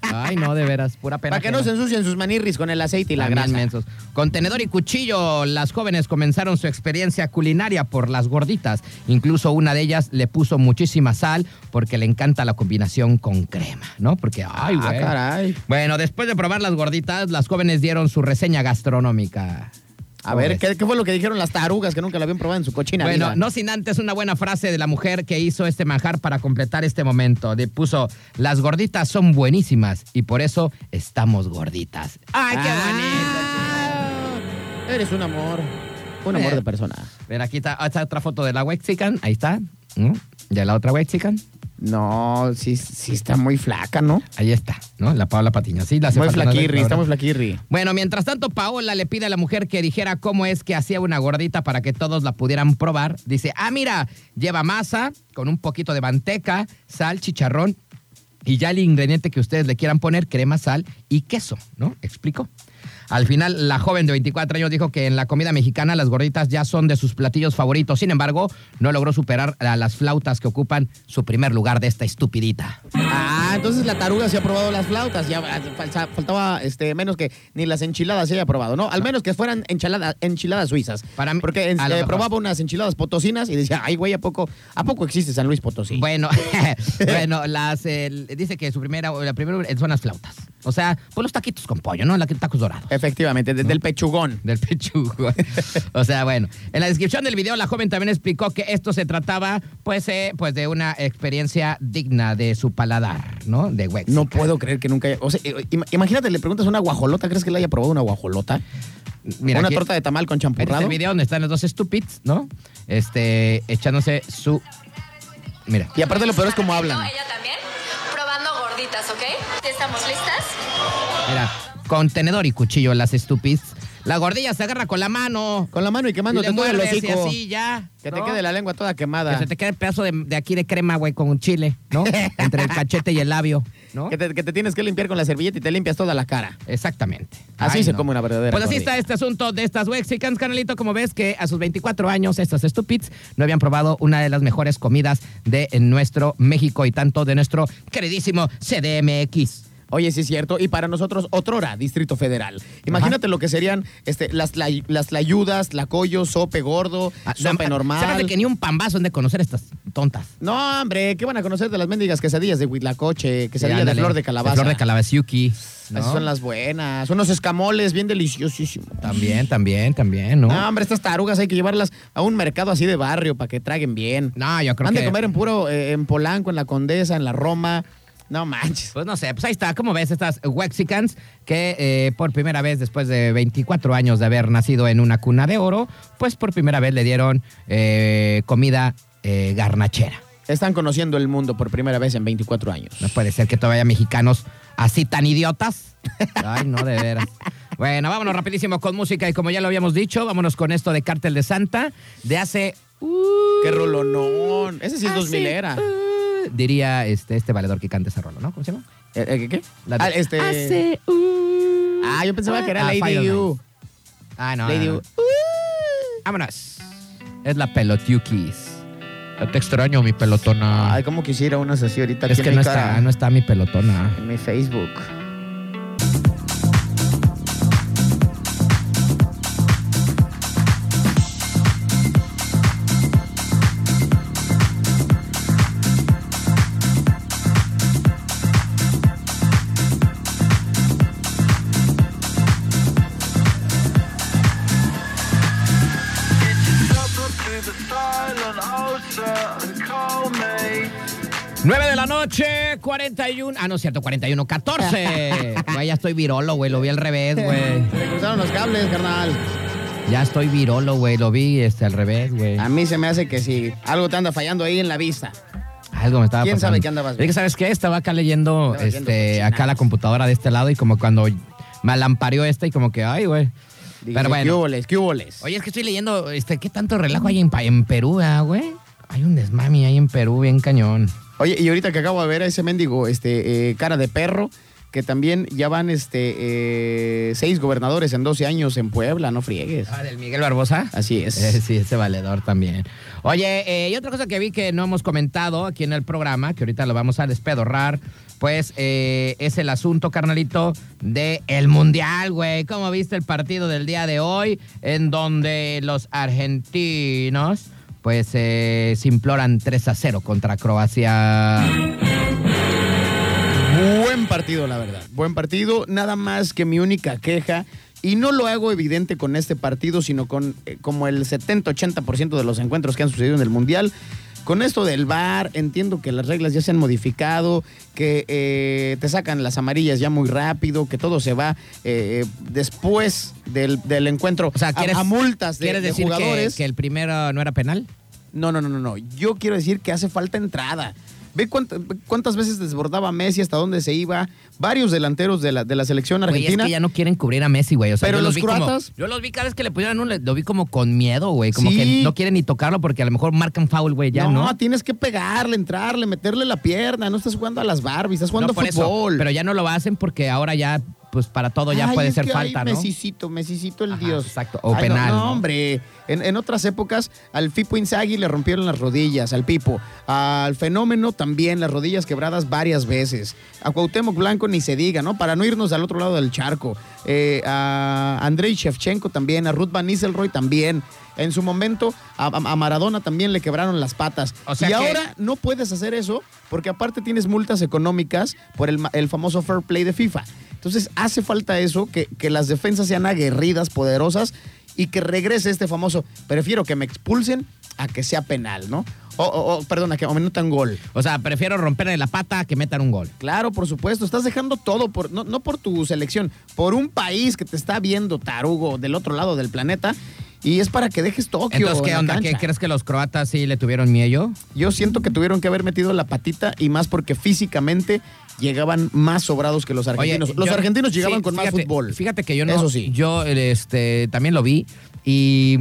[SPEAKER 2] Ay, no, de veras, pura pena.
[SPEAKER 3] Para que no se
[SPEAKER 2] ajena.
[SPEAKER 3] ensucien sus manirris con el aceite y la
[SPEAKER 2] También
[SPEAKER 3] grasa.
[SPEAKER 2] mensos. Contenedor y cuchillo. Las jóvenes comenzaron su experiencia culinaria por las gorditas. Incluso una de ellas le puso muchísima sal porque le encanta la combinación con crema, ¿no? Porque, ay,
[SPEAKER 3] ah,
[SPEAKER 2] güey.
[SPEAKER 3] caray.
[SPEAKER 2] Bueno, después de probar las gorditas, las jóvenes dieron su reseña gastronómica.
[SPEAKER 3] A
[SPEAKER 2] Pues.
[SPEAKER 3] ver, ¿qué, qué fue lo que dijeron las tarugas que nunca la habían probado en su cochina?
[SPEAKER 2] Bueno,
[SPEAKER 3] vida?
[SPEAKER 2] no sin antes una buena frase de la mujer que hizo este manjar para completar este momento. Le puso, las gorditas son buenísimas y por eso estamos gorditas. ¡Ay, qué
[SPEAKER 3] Ah.
[SPEAKER 2] bonito!
[SPEAKER 3] bonito! Ah, Eres un amor. Un amor
[SPEAKER 2] Eh.
[SPEAKER 3] de persona.
[SPEAKER 2] Ven, aquí está, ah, está otra foto de la Wexican. Ahí está. ¿no? De la otra Wexican.
[SPEAKER 3] No, sí, sí está muy flaca, ¿no?
[SPEAKER 2] Ahí está, ¿no? La Paola Patiño. Sí, la hace
[SPEAKER 3] Muy
[SPEAKER 2] falta una
[SPEAKER 3] flaquirri,
[SPEAKER 2] vez,
[SPEAKER 3] está
[SPEAKER 2] ahora.
[SPEAKER 3] muy flaquirri.
[SPEAKER 2] Bueno, mientras tanto, Paola le pide a la mujer que dijera cómo es que hacía una gordita para que todos la pudieran probar. Dice, ah, mira, lleva masa con un poquito de manteca, sal, chicharrón y ya el ingrediente que ustedes le quieran poner, crema, sal y queso, ¿no? Explico. Al final, la joven de 24 años dijo que en la comida mexicana las gorditas ya son de sus platillos favoritos. Sin embargo, no logró superar a las flautas que ocupan su primer lugar de esta estupidita.
[SPEAKER 3] Ah, entonces la taruga se ha probado las flautas. Ya ah, falsa- faltaba este, menos que ni las enchiladas se haya probado, ¿no? Al menos que fueran enchiladas, enchiladas suizas.
[SPEAKER 2] Ah. Para mí-
[SPEAKER 3] Porque en-
[SPEAKER 2] a lo
[SPEAKER 3] eh,
[SPEAKER 2] mejor.
[SPEAKER 3] probaba unas enchiladas potosinas y decía, ay, güey, ¿a poco, ¿a poco existe San Luis Potosí?
[SPEAKER 2] Bueno, [laughs]
[SPEAKER 3] [laughs]
[SPEAKER 2] bueno, las eh, dice que su primera, la primera son las flautas. O sea, pues los taquitos con pollo, ¿no? La- Tacos dorados.
[SPEAKER 3] Eh. Efectivamente, desde el pechugón.
[SPEAKER 2] Del pechugo. [laughs] O sea, bueno. En la descripción del video, la joven también explicó que esto se trataba, pues, eh, pues de una experiencia digna de su paladar, ¿no? De Wex.
[SPEAKER 3] No puedo creer que nunca haya. O sea, eh, ima- imagínate, le preguntas a una guajolota, ¿crees que le haya probado una guajolota?
[SPEAKER 2] Mira,
[SPEAKER 3] una
[SPEAKER 2] aquí-
[SPEAKER 3] torta de tamal con
[SPEAKER 2] Este es
[SPEAKER 3] champurrado.
[SPEAKER 2] el video donde están los dos stupids, ¿no? Este, echándose su. Mira.
[SPEAKER 3] Y aparte lo peor es cómo hablan.
[SPEAKER 5] Ella también, probando gorditas, ¿ok? ¿Estamos listas?
[SPEAKER 2] Mira, con tenedor y cuchillo las estúpidas. La gordilla se agarra con la mano.
[SPEAKER 3] Con la mano y quemando
[SPEAKER 2] Y
[SPEAKER 3] te
[SPEAKER 2] le
[SPEAKER 3] mueve el
[SPEAKER 2] muerdes y
[SPEAKER 3] hocico.
[SPEAKER 2] así ya.
[SPEAKER 3] Que te
[SPEAKER 2] ¿no?
[SPEAKER 3] quede la lengua toda quemada.
[SPEAKER 2] Que se te quede el pedazo de, de aquí de crema, güey, con un chile,
[SPEAKER 3] [laughs]
[SPEAKER 2] ¿no? Entre el cachete y el labio, ¿no?
[SPEAKER 3] Que te, que te tienes que limpiar con la servilleta y te limpias toda la cara.
[SPEAKER 2] Exactamente.
[SPEAKER 3] Así se come una verdadera
[SPEAKER 2] Pues así
[SPEAKER 3] gordita.
[SPEAKER 2] está este asunto de estas Wexicans, canalito. Como ves que a sus 24 años, estas stupids no habían probado una de las mejores comidas de nuestro México y tanto de nuestro queridísimo CDMX.
[SPEAKER 3] Oye, sí es cierto. Y para nosotros, otrora, Distrito Federal. Imagínate lo que serían este, las, lay- las layudas, lacoyo, sope gordo,
[SPEAKER 2] Ah,
[SPEAKER 3] sope
[SPEAKER 2] no,
[SPEAKER 3] normal.
[SPEAKER 2] se me hace que ni un pambazo han de conocer estas tontas.
[SPEAKER 3] No, hombre, ¿qué van a conocer de las mendigas quesadillas de huitlacoche,
[SPEAKER 2] Sí,
[SPEAKER 3] quesadillas de
[SPEAKER 2] ándale.
[SPEAKER 3] flor de calabaza?
[SPEAKER 2] flor de calabaza, yuki. ¿no?
[SPEAKER 3] Esas son las buenas. Unos escamoles bien deliciosísimos.
[SPEAKER 2] También, también, también, ¿no?
[SPEAKER 3] No, hombre, estas tarugas hay que llevarlas a un mercado así de barrio para que traguen bien.
[SPEAKER 2] No, yo creo
[SPEAKER 3] Han
[SPEAKER 2] que...
[SPEAKER 3] de comer en puro, eh, en Polanco, en la Condesa, en la Roma. No manches.
[SPEAKER 2] Pues no sé, pues ahí está, ¿cómo ves estas Wexicans que eh, por primera vez después de 24 años de haber nacido en una cuna de oro, pues por primera vez le dieron eh, comida eh, garnachera?
[SPEAKER 3] Están conociendo el mundo por primera vez en 24 años.
[SPEAKER 2] No puede ser que todavía haya mexicanos así tan idiotas. Ay, no, de veras. Bueno, vámonos rapidísimo con música y como ya lo habíamos dicho, vámonos con esto de Cártel de Santa de hace...
[SPEAKER 3] ¡Qué rolonón! Ese Ah, sí es 2000 era.
[SPEAKER 2] uh, diría este, este valedor que canta ese rolo, ¿no? ¿Cómo se llama?
[SPEAKER 3] ¿Qué? ¿Qué?
[SPEAKER 2] La de-
[SPEAKER 3] ah, este...
[SPEAKER 2] Hace, uh,
[SPEAKER 3] ah, yo pensaba que era
[SPEAKER 2] ah,
[SPEAKER 3] Lady
[SPEAKER 2] Final
[SPEAKER 3] U.
[SPEAKER 2] Ah, no.
[SPEAKER 3] Lady
[SPEAKER 2] no, no.
[SPEAKER 3] U. Uh.
[SPEAKER 2] Vámonos. Es la pelotiukis. Yo te extraño, mi pelotona.
[SPEAKER 3] Ay, cómo quisiera unas así ahorita
[SPEAKER 2] es
[SPEAKER 3] aquí
[SPEAKER 2] que
[SPEAKER 3] en
[SPEAKER 2] no
[SPEAKER 3] mi
[SPEAKER 2] está,
[SPEAKER 3] cara.
[SPEAKER 2] no está mi pelotona.
[SPEAKER 3] En mi Facebook.
[SPEAKER 4] Call
[SPEAKER 2] 9 de la noche, 41. Ah, no es cierto, 41, 14. [laughs] Güey, ya estoy virolo, güey. Lo vi al revés, güey. [laughs]
[SPEAKER 3] Se me cruzaron los cables, carnal.
[SPEAKER 2] Ya estoy virolo, güey. Lo vi este, al revés, güey.
[SPEAKER 3] A mí se me hace que si algo te anda fallando ahí en la vista.
[SPEAKER 2] Algo me estaba
[SPEAKER 3] ¿Quién
[SPEAKER 2] pasando.
[SPEAKER 3] sabe qué andabas
[SPEAKER 2] Es que,
[SPEAKER 3] viendo?
[SPEAKER 2] ¿sabes qué? Estaba acá leyendo
[SPEAKER 3] Andaba viendo
[SPEAKER 2] este,
[SPEAKER 3] cochinadas.
[SPEAKER 2] acá la computadora de este lado y como cuando me alampareó esta y como que, ay, güey.
[SPEAKER 3] Dije,
[SPEAKER 2] Pero
[SPEAKER 3] ¿Qué
[SPEAKER 2] bueno.
[SPEAKER 3] huboles? ¿Qué huboles?
[SPEAKER 2] Oye, es que estoy leyendo, este, ¿qué tanto relajo hay en, pa- en Perú, ah, güey? Hay un desmami ahí en Perú, bien cañón.
[SPEAKER 3] Oye, y ahorita que acabo de ver a ese mendigo, este, eh, cara de perro, que también ya van, este, eh, seis gobernadores en 12 años en Puebla, no friegues.
[SPEAKER 2] Ah, del Miguel Barbosa.
[SPEAKER 3] Así es.
[SPEAKER 2] Eh, sí, ese valedor también. Oye, eh, y otra cosa que vi que no hemos comentado aquí en el programa, que ahorita lo vamos a despedorrar, pues eh, es el asunto, carnalito, de el Mundial, güey. ¿Cómo viste el partido del día de hoy? En donde los argentinos, pues, eh, se imploran 3 a 0 contra Croacia.
[SPEAKER 3] Buen partido, la verdad. Buen partido, nada más que mi única queja, y no lo hago evidente con este partido, sino con eh, como el 70-80% de los encuentros que han sucedido en el Mundial. Con esto del VAR, entiendo que las reglas ya se han modificado, que eh, te sacan las amarillas ya muy rápido, que todo se va eh, eh, después del, del encuentro
[SPEAKER 2] O sea,
[SPEAKER 3] a-
[SPEAKER 2] ¿quieres,
[SPEAKER 3] a, multas de,
[SPEAKER 2] ¿quieres
[SPEAKER 3] de
[SPEAKER 2] decir que-
[SPEAKER 3] jugadores.
[SPEAKER 2] que el primero no era penal?
[SPEAKER 3] No, no, no, no, no. Yo quiero decir que hace falta entrada. Ve cuánta- cuántas veces desbordaba Messi, hasta dónde se iba. Varios delanteros de la, de la selección
[SPEAKER 2] Güey,
[SPEAKER 3] argentina.
[SPEAKER 2] es que ya no quieren cubrir a Messi, güey. O sea,
[SPEAKER 3] Pero
[SPEAKER 2] yo
[SPEAKER 3] los
[SPEAKER 2] vi como-
[SPEAKER 3] croatas-
[SPEAKER 2] yo los vi cada vez que le pusieron un. Lo vi como con miedo, güey. Como
[SPEAKER 3] Sí.
[SPEAKER 2] que no quieren ni tocarlo porque a lo mejor marcan foul, güey. Ya, ¿no?
[SPEAKER 3] tienes que pegarle, entrarle, meterle la pierna. No estás jugando a las Barbies, estás jugando
[SPEAKER 2] No, por eso,
[SPEAKER 3] fútbol.
[SPEAKER 2] pero ya no lo hacen porque ahora ya, pues para todo ya
[SPEAKER 3] Ay,
[SPEAKER 2] puede
[SPEAKER 3] es
[SPEAKER 2] ser
[SPEAKER 3] que, ay,
[SPEAKER 2] falta, ¿no?
[SPEAKER 3] Mesicito, Mesicito el
[SPEAKER 2] Ajá,
[SPEAKER 3] dios.
[SPEAKER 2] exacto, o
[SPEAKER 3] Ay, no,
[SPEAKER 2] penal,
[SPEAKER 3] No,
[SPEAKER 2] ¿no?
[SPEAKER 3] hombre. En, en otras épocas, al Pipo Inzaghi le rompieron las rodillas, al Pipo. Al Fenómeno también, las rodillas quebradas varias veces. A Cuauhtémoc Blanco ni se diga, ¿no? Para no irnos al otro lado del charco. Eh, a Andrei Shevchenko también, a Ruth Van Nistelrooy también. En su momento, a, a- a Maradona también le quebraron las patas.
[SPEAKER 2] O sea
[SPEAKER 3] y
[SPEAKER 2] que-
[SPEAKER 3] ahora no puedes hacer eso porque aparte tienes multas económicas por el, ma- el famoso fair play de FIFA. Entonces hace falta eso, que, que las defensas sean aguerridas, poderosas y que regrese este famoso, prefiero que me expulsen a que sea penal, ¿no? O, o- o, perdón, a que me notan gol.
[SPEAKER 2] O sea, prefiero romperle la pata que metan un gol.
[SPEAKER 3] Claro, por supuesto, estás dejando todo, por, no, no por tu selección, por un país que te está viendo tarugo del otro lado del planeta y es para que dejes Tokio.
[SPEAKER 2] Entonces,
[SPEAKER 3] en
[SPEAKER 2] ¿qué
[SPEAKER 3] la
[SPEAKER 2] onda? ¿Qué,
[SPEAKER 3] cancha.
[SPEAKER 2] ¿Crees que los croatas sí le tuvieron miedo?
[SPEAKER 3] Yo siento que tuvieron que haber metido la patita y más porque físicamente llegaban más sobrados que los argentinos. los
[SPEAKER 2] yo-
[SPEAKER 3] argentinos
[SPEAKER 2] sí,
[SPEAKER 3] llegaban con más
[SPEAKER 2] fíjate-
[SPEAKER 3] fútbol.
[SPEAKER 2] Fíjate que yo no.
[SPEAKER 3] Eso sí.
[SPEAKER 2] Yo este, también lo vi y.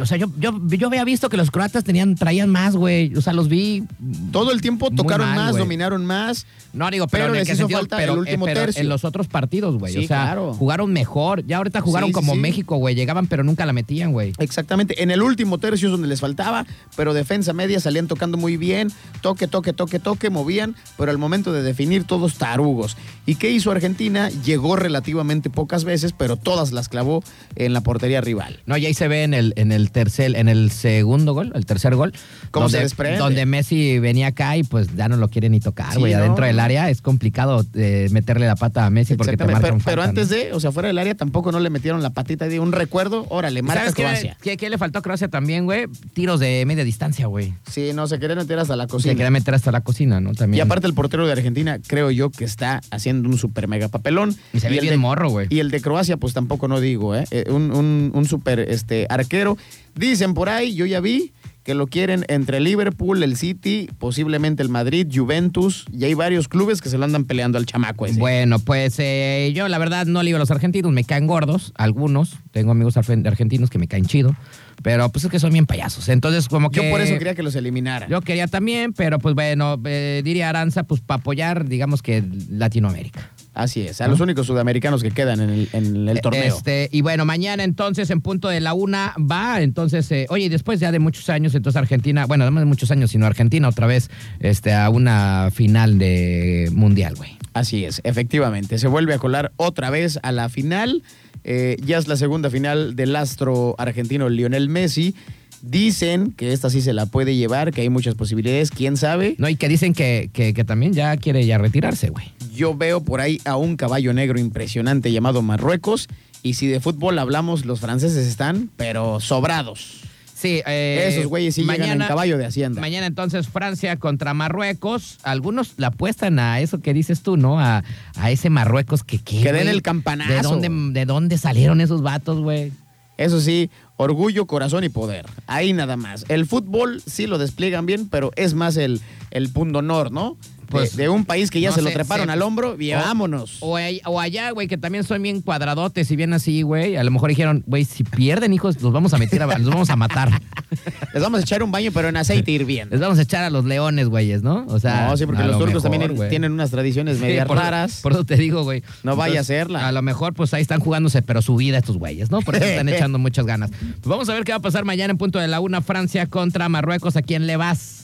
[SPEAKER 2] O sea, yo, yo, yo había visto que los croatas tenían, traían más, güey. O sea, los vi.
[SPEAKER 3] Todo el tiempo
[SPEAKER 2] Muy
[SPEAKER 3] tocaron
[SPEAKER 2] mal,
[SPEAKER 3] más,
[SPEAKER 2] güey.
[SPEAKER 3] dominaron más.
[SPEAKER 2] No digo, pero, en
[SPEAKER 3] Pero
[SPEAKER 2] el
[SPEAKER 3] les
[SPEAKER 2] que
[SPEAKER 3] hizo
[SPEAKER 2] sentido,
[SPEAKER 3] falta
[SPEAKER 2] pero,
[SPEAKER 3] el último
[SPEAKER 2] eh, pero
[SPEAKER 3] tercio.
[SPEAKER 2] en los otros partidos, güey.
[SPEAKER 3] Sí,
[SPEAKER 2] o sea,
[SPEAKER 3] claro.
[SPEAKER 2] jugaron mejor. Ya ahorita jugaron
[SPEAKER 3] Sí, sí,
[SPEAKER 2] como
[SPEAKER 3] sí.
[SPEAKER 2] México, güey. Llegaban, pero nunca la metían, güey.
[SPEAKER 3] Exactamente. En el último tercio es donde les faltaba, pero defensa media salían tocando muy bien. Toque, toque, toque, toque, movían, pero al momento de definir todos tarugos. ¿Y qué hizo Argentina? Llegó relativamente pocas veces, pero todas las clavó en la portería rival.
[SPEAKER 2] No, y ahí se ve en el, en el tercer, en el segundo gol, el tercer gol.
[SPEAKER 3] Cómo
[SPEAKER 2] donde,
[SPEAKER 3] se desprende.
[SPEAKER 2] Donde Messi venía acá y pues ya no lo quiere ni tocar,
[SPEAKER 3] Sí,
[SPEAKER 2] güey.
[SPEAKER 3] ¿no?
[SPEAKER 2] Adentro del área es complicado eh, meterle la pata a Messi porque te
[SPEAKER 3] Exactamente.
[SPEAKER 2] marcan
[SPEAKER 3] Pero,
[SPEAKER 2] falta,
[SPEAKER 3] pero
[SPEAKER 2] ¿no?
[SPEAKER 3] antes de, o sea, fuera del área tampoco no le metieron la patita de un recuerdo. Órale, marca
[SPEAKER 2] ¿Sabes qué-
[SPEAKER 3] Croacia.
[SPEAKER 2] qué, qué le faltó a Croacia también, güey? Tiros de media distancia, güey.
[SPEAKER 3] Sí, no, se querían meter hasta la
[SPEAKER 2] Se
[SPEAKER 3] cocina.
[SPEAKER 2] quería meter hasta la cocina, ¿no? También.
[SPEAKER 3] Pues Y aparte el portero de Argentina, creo yo que está haciendo un super mega papelón.
[SPEAKER 2] Y se ve
[SPEAKER 3] el
[SPEAKER 2] bien
[SPEAKER 3] de-
[SPEAKER 2] morro, güey.
[SPEAKER 3] Y el de Croacia, pues tampoco no digo, ¿eh? Eh, Un, un, un super este, arquero. Dicen por ahí, yo ya vi que lo quieren entre Liverpool, el City, posiblemente el Madrid, Juventus, y hay varios clubes que se lo andan peleando al chamaco ese.
[SPEAKER 2] Bueno, pues eh, yo la verdad no le digo a los argentinos, me caen gordos, algunos, tengo amigos arfen- argentinos que me caen chido, pero pues es que son bien payasos, entonces como que...
[SPEAKER 3] yo por eso quería que los eliminara.
[SPEAKER 2] Yo quería también, pero pues bueno, eh, diría Aranza, pues para apoyar, digamos que Latinoamérica.
[SPEAKER 3] Así es, a los únicos sudamericanos que quedan en el, en el torneo.
[SPEAKER 2] Este, y bueno, mañana entonces en punto de la una va, entonces, eh, oye, y después ya de muchos años, entonces Argentina, bueno, no de muchos años, sino Argentina otra vez este, a una final de mundial, güey.
[SPEAKER 3] Así es, efectivamente. Se vuelve a colar otra vez a la final. Eh, ya es la segunda final del astro argentino Lionel Messi. Dicen que esta sí se la puede llevar, que hay muchas posibilidades, quién sabe.
[SPEAKER 2] No, y que dicen que, que, que también ya quiere ya retirarse, güey.
[SPEAKER 3] Yo veo por ahí a un caballo negro impresionante llamado Marruecos. Y si de fútbol hablamos, los franceses están, pero sobrados.
[SPEAKER 2] Sí, eh,
[SPEAKER 3] Esos güeyes sí llegan en caballo de hacienda.
[SPEAKER 2] Mañana entonces Francia contra Marruecos. Algunos la apuestan a eso que dices tú, ¿no? A, a ese Marruecos que qué,
[SPEAKER 3] Que den
[SPEAKER 2] güey?
[SPEAKER 3] el campanazo,
[SPEAKER 2] ¿De dónde,
[SPEAKER 3] güey.
[SPEAKER 2] ¿De dónde salieron esos vatos, güey?
[SPEAKER 3] Eso sí, orgullo, corazón y poder. Ahí nada más. El fútbol sí lo despliegan bien, pero es más el, el pundonor, ¿no? De-
[SPEAKER 2] Pues,
[SPEAKER 3] de, un país que ya
[SPEAKER 2] no
[SPEAKER 3] se lo
[SPEAKER 2] sé, Oh,
[SPEAKER 3] treparon
[SPEAKER 2] se-
[SPEAKER 3] al hombro y
[SPEAKER 2] o-
[SPEAKER 3] vámonos.
[SPEAKER 2] O, ahí- o allá, güey, que también son bien cuadradotes y bien así, güey. A lo mejor dijeron, güey, si pierden, hijos, los vamos a meter, a, los vamos a matar.
[SPEAKER 3] [laughs] Les vamos a echar un baño, pero en aceite
[SPEAKER 2] Les
[SPEAKER 3] hirviendo.
[SPEAKER 2] vamos a echar a los leones, güeyes, ¿no? O sea,
[SPEAKER 3] no, sí, porque
[SPEAKER 2] a
[SPEAKER 3] los
[SPEAKER 2] lo
[SPEAKER 3] turcos
[SPEAKER 2] mejor,
[SPEAKER 3] también
[SPEAKER 2] güey.
[SPEAKER 3] tienen unas tradiciones
[SPEAKER 2] Sí,
[SPEAKER 3] medias
[SPEAKER 2] por,
[SPEAKER 3] raras.
[SPEAKER 2] Por eso te digo, güey.
[SPEAKER 3] No vaya a
[SPEAKER 2] Entonces,
[SPEAKER 3] serla.
[SPEAKER 2] A lo mejor, pues ahí están jugándose, pero su vida estos güeyes, ¿no? Porque
[SPEAKER 3] [laughs]
[SPEAKER 2] están echando muchas ganas. Pues vamos a ver qué va a pasar mañana en punto de la una, Francia contra Marruecos. ¿A quién le vas?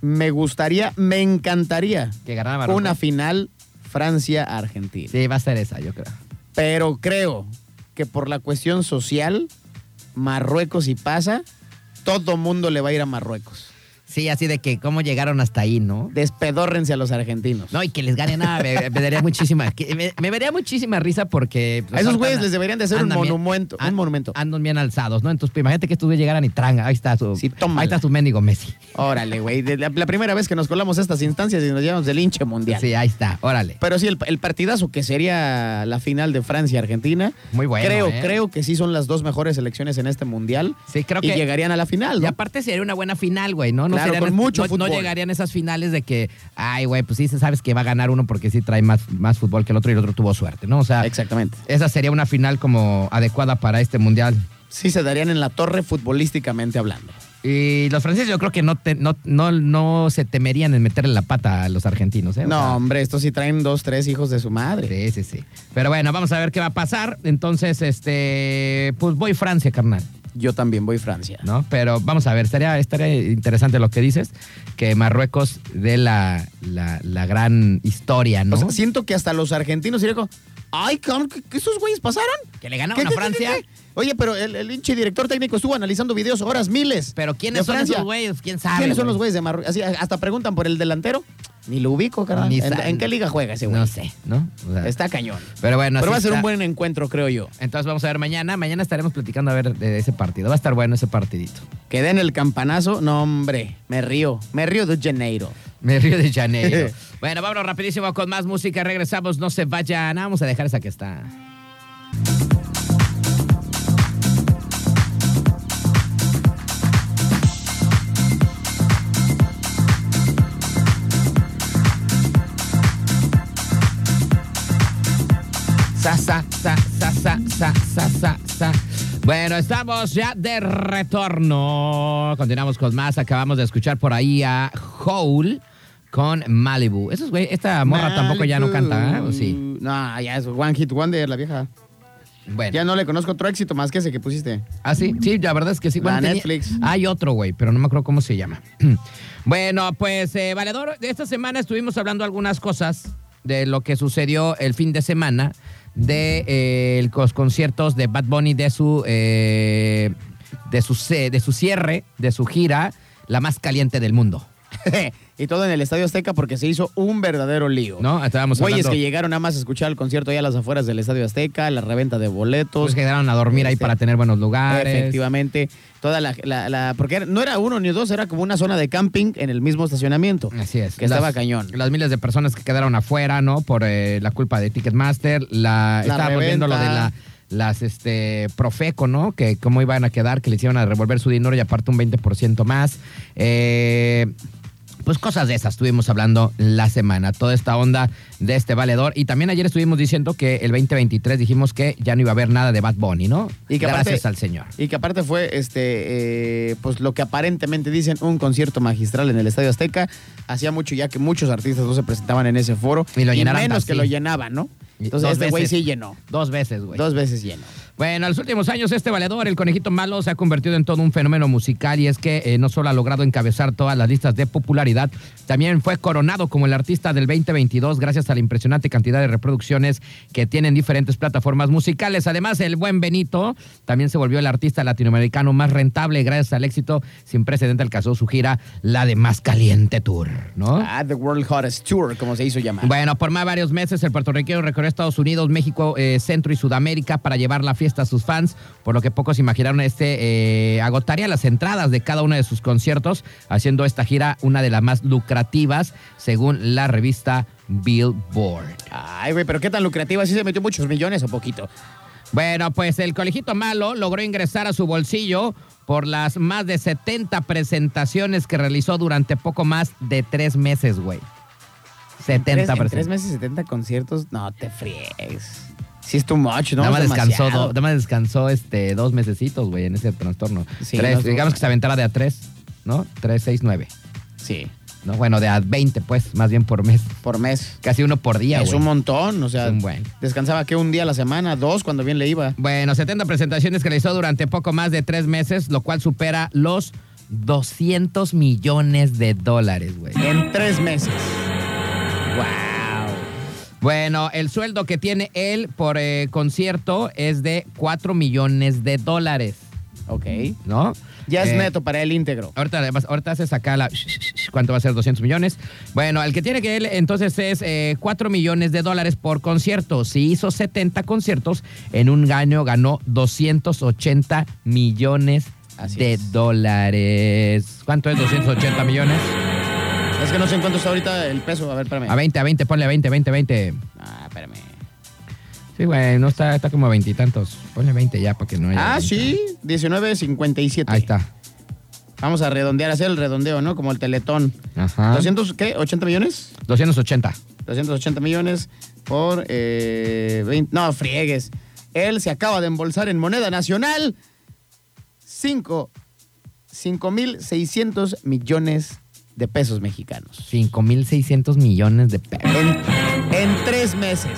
[SPEAKER 3] Me gustaría, me encantaría
[SPEAKER 2] Que ganara Marruecos.
[SPEAKER 3] una final Francia-Argentina.
[SPEAKER 2] Sí, va a ser esa, yo creo.
[SPEAKER 3] Pero creo que por la cuestión social, Marruecos y pasa, todo mundo le va a ir a Marruecos.
[SPEAKER 2] Sí, así de que cómo llegaron hasta ahí, ¿no?
[SPEAKER 3] Despedórrense a los argentinos.
[SPEAKER 2] No, y que les gane nada, me, me daría muchísima, que- me, me daría muchísima risa porque... pues,
[SPEAKER 3] a esos
[SPEAKER 2] ahorita
[SPEAKER 3] güeyes
[SPEAKER 2] andan-
[SPEAKER 3] les deberían de hacer un
[SPEAKER 2] andan bien-
[SPEAKER 3] monumento.
[SPEAKER 2] an-
[SPEAKER 3] Un monumento.
[SPEAKER 2] Andan bien alzados, ¿no? Entonces, pues, imagínate que estos güeyes llegaran y tranga, ahí está su...
[SPEAKER 3] Sí, tómala.
[SPEAKER 2] ahí está su mendigo Messi.
[SPEAKER 3] Órale, güey. de La, la primera vez que nos colamos a estas instancias y nos llevamos del hinche mundial.
[SPEAKER 2] Sí, ahí está, órale.
[SPEAKER 3] Pero sí, el, el partidazo que sería la final de Francia-Argentina.
[SPEAKER 2] Muy bueno,
[SPEAKER 3] Creo,
[SPEAKER 2] ¿eh?
[SPEAKER 3] creo que sí son las dos mejores selecciones en este mundial.
[SPEAKER 2] Sí, creo
[SPEAKER 3] y
[SPEAKER 2] que-
[SPEAKER 3] llegarían a la final,
[SPEAKER 2] Y
[SPEAKER 3] ¿no?
[SPEAKER 2] aparte sería una buena final, güey, ¿no? No
[SPEAKER 3] Claro, con
[SPEAKER 2] es-
[SPEAKER 3] mucho
[SPEAKER 2] no- no
[SPEAKER 3] fútbol.
[SPEAKER 2] llegarían esas finales de que, ay, güey, pues sí, sabes que va a ganar uno porque sí trae más, más fútbol que el otro y el otro tuvo suerte, ¿no? O sea,
[SPEAKER 3] Exactamente.
[SPEAKER 2] esa sería una final como adecuada para este mundial.
[SPEAKER 3] Sí se darían en la torre futbolísticamente hablando.
[SPEAKER 2] Y los franceses yo creo que no, te- no, no, no se temerían en meterle la pata a los argentinos, ¿eh? O sea,
[SPEAKER 3] No, hombre, estos sí traen dos, tres hijos de su madre.
[SPEAKER 2] Sí, sí, sí. Pero bueno, vamos a ver qué va a pasar. Entonces, este, pues voy Francia, carnal,
[SPEAKER 3] Yo también voy Francia.
[SPEAKER 2] ¿no? Pero vamos a ver, estaría, estaría interesante lo que dices, que Marruecos dé la, la, la gran historia, ¿no?
[SPEAKER 3] O sea, siento que hasta los argentinos dirían como, ay, cabrón, ¿qué, qué esos güeyes pasaron?
[SPEAKER 2] Que le ganaron
[SPEAKER 3] ¿Qué,
[SPEAKER 2] a
[SPEAKER 3] qué,
[SPEAKER 2] Francia.
[SPEAKER 3] qué, qué? Oye, pero el, el hinche director técnico estuvo analizando videos horas, miles.
[SPEAKER 2] Pero
[SPEAKER 3] de
[SPEAKER 2] ¿quiénes son
[SPEAKER 3] Francia.
[SPEAKER 2] esos güeyes? ¿Quién sabe?
[SPEAKER 3] ¿Quiénes son
[SPEAKER 2] güey?
[SPEAKER 3] los güeyes de Marruecos? Así, hasta preguntan por el delantero. Ni lo ubico, carnal.
[SPEAKER 2] Ni
[SPEAKER 3] ¿En,
[SPEAKER 2] sa-
[SPEAKER 3] en qué liga juega ese güey?
[SPEAKER 2] No sé, ¿no? O sea,
[SPEAKER 3] Está cañón.
[SPEAKER 2] Pero bueno,
[SPEAKER 3] pero
[SPEAKER 2] así
[SPEAKER 3] va a ser
[SPEAKER 2] está.
[SPEAKER 3] un buen encuentro, creo yo.
[SPEAKER 2] Entonces vamos a ver mañana. Mañana estaremos platicando a ver de ese partido. Va a estar bueno ese partidito. [laughs]
[SPEAKER 3] Que den el campanazo. No, hombre, me río. Me río de Janeiro.
[SPEAKER 2] Me río de
[SPEAKER 3] [laughs]
[SPEAKER 2] Janeiro. bueno, vámonos rapidísimo con más música. Regresamos, no se vayan. Ah, Vamos a dejar esa que está. Sa, sa, sa, sa, sa, sa, sa, sa, sa. Bueno, estamos ya de retorno. Continuamos con más. Acabamos de escuchar por ahí a Hole con Malibu. Esos güey, esta morra tampoco ya no canta, ¿eh? ¿O Sí.
[SPEAKER 3] No, ya es One Hit Wonder, la vieja.
[SPEAKER 2] Bueno.
[SPEAKER 3] Ya no le conozco otro éxito más que ese
[SPEAKER 2] [laughs]
[SPEAKER 3] que pusiste.
[SPEAKER 2] Ah, sí, sí, la verdad es que sí.
[SPEAKER 3] La Netflix.
[SPEAKER 2] Hay otro, güey, pero no me acuerdo cómo se llama. [clears throat] bueno, pues, eh, Valedor, esta semana estuvimos hablando algunas cosas de lo que sucedió el fin de semana de eh, el- los conciertos de Bad Bunny de su, eh, de, su, ce- de su cierre, de su gira, la más caliente del mundo,
[SPEAKER 3] y todo en el Estadio Azteca porque se hizo un verdadero lío.
[SPEAKER 2] ¿no? Estábamos
[SPEAKER 3] Güeyes
[SPEAKER 2] hablando...
[SPEAKER 3] que llegaron nada más a escuchar el concierto allá a las afueras del Estadio Azteca, la reventa de boletos.
[SPEAKER 2] pues, quedaron a dormir ahí
[SPEAKER 3] Este,
[SPEAKER 2] para tener buenos lugares.
[SPEAKER 3] Efectivamente, toda la, la- la- porque era- no era uno ni dos, era como una zona de camping en el mismo estacionamiento.
[SPEAKER 2] Así es.
[SPEAKER 3] Que estaba cañón.
[SPEAKER 2] Las miles de personas que quedaron afuera, ¿no? Por eh, la culpa de Ticketmaster. La, estábamos viendo lo de
[SPEAKER 3] reventa.
[SPEAKER 2] la, las este, Profeco, ¿no? Que cómo iban a quedar, que les iban a revolver su dinero y aparte un 20% más. Eh, Pues cosas de esas estuvimos hablando la semana, toda esta onda de este valedor. Y también ayer estuvimos diciendo que el 2023 dijimos que ya no iba a haber nada de Bad Bunny, ¿no?
[SPEAKER 3] Y que aparte-
[SPEAKER 2] Gracias al señor.
[SPEAKER 3] Y que aparte fue este eh, pues lo que aparentemente dicen un concierto magistral en el Estadio Azteca. Hacía mucho ya que muchos artistas no se presentaban en ese foro.
[SPEAKER 2] Y lo llenaron
[SPEAKER 3] menos
[SPEAKER 2] así.
[SPEAKER 3] que lo llenaban, ¿no?
[SPEAKER 2] Y
[SPEAKER 3] Entonces
[SPEAKER 2] dos
[SPEAKER 3] este güey
[SPEAKER 2] veces.
[SPEAKER 3] sí llenó.
[SPEAKER 2] Dos veces, güey.
[SPEAKER 3] Dos veces lleno.
[SPEAKER 2] Bueno, en los últimos años este valedor, el conejito malo, se ha convertido en todo un fenómeno musical y es que eh, no solo ha logrado encabezar todas las listas de popularidad, también fue coronado como el artista del 2022 gracias a la impresionante cantidad de reproducciones que tienen diferentes plataformas musicales. Además, el buen Benito también se volvió el artista latinoamericano más rentable gracias al éxito sin precedente alcanzó su gira, la de Más Caliente Tour, ¿no?
[SPEAKER 3] Ah, The World Hottest Tour, como se hizo llamar.
[SPEAKER 2] Bueno, por más de varios meses el puertorriqueño recorrió Estados Unidos, México, eh, Centro y Sudamérica para llevar la fiesta a sus fans, por lo que pocos imaginaron este eh, agotaría las entradas de cada uno de sus conciertos, haciendo esta gira una de las más lucrativas según la revista Billboard.
[SPEAKER 3] Ay, güey, pero qué tan lucrativa, sí se metió muchos millones o poquito.
[SPEAKER 2] Bueno, pues el colegito malo logró ingresar a su bolsillo por las más de 70 presentaciones que realizó durante poco más de tres meses, güey. 70
[SPEAKER 3] Tres- en
[SPEAKER 2] presentaciones.
[SPEAKER 3] tres meses, 70 conciertos. No te fríes. Sí, es too much, ¿no?
[SPEAKER 2] Nada más
[SPEAKER 3] Es
[SPEAKER 2] descansó,
[SPEAKER 3] demasiado.
[SPEAKER 2] do- nada más descansó este, dos mesecitos, güey, en ese trastorno.
[SPEAKER 3] Sí,
[SPEAKER 2] Tres,
[SPEAKER 3] no es-
[SPEAKER 2] digamos que se aventara de a tres, ¿no? Tres, seis, nueve.
[SPEAKER 3] Sí,
[SPEAKER 2] ¿no? Bueno, de a 20, pues, más bien por mes. [laughs]
[SPEAKER 3] por mes.
[SPEAKER 2] Casi uno por día,
[SPEAKER 3] es
[SPEAKER 2] güey.
[SPEAKER 3] un montón, o sea,
[SPEAKER 2] Es un buen.
[SPEAKER 3] descansaba que un día a la semana, dos cuando bien le iba.
[SPEAKER 2] Bueno, 70 presentaciones que realizó durante poco más de tres meses, lo cual supera los 200 millones de dólares, güey.
[SPEAKER 3] En tres meses.
[SPEAKER 2] Bueno, el sueldo que tiene él por eh, concierto es de 4 millones de dólares,
[SPEAKER 3] Ok.
[SPEAKER 2] ¿no?
[SPEAKER 3] Ya es
[SPEAKER 2] Eh,
[SPEAKER 3] neto para el íntegro.
[SPEAKER 2] Ahorita, además, ahorita haces acá la... ¿Cuánto va a ser? 200 millones. Bueno, el que tiene que él entonces es eh, 4 millones de dólares por concierto. Si hizo 70 conciertos, en un año ganó 280 millones
[SPEAKER 3] Así
[SPEAKER 2] de
[SPEAKER 3] es.
[SPEAKER 2] dólares. ¿Cuánto es 280 millones?
[SPEAKER 3] Es que no sé en cuánto está ahorita el peso. A ver, espérame.
[SPEAKER 2] A 20, a 20, ponle 20, 20, 20.
[SPEAKER 3] Ah, espérame.
[SPEAKER 2] Sí, güey, no está, está como a veintitantos. Ponle 20 ya para que no haya...
[SPEAKER 3] Ah,
[SPEAKER 2] 20.
[SPEAKER 3] sí. 19.57.
[SPEAKER 2] Ahí está.
[SPEAKER 3] Vamos a redondear, hacer el redondeo, ¿no? Como el teletón.
[SPEAKER 2] Ajá.
[SPEAKER 3] 200, ¿qué? ¿80 millones?
[SPEAKER 2] 280.
[SPEAKER 3] 280 millones por eh, 20. No, friegues. Él se acaba de embolsar en moneda nacional 5 5.600 millones de pesos mexicanos.
[SPEAKER 2] 5.600 millones de pesos.
[SPEAKER 3] En, en tres meses.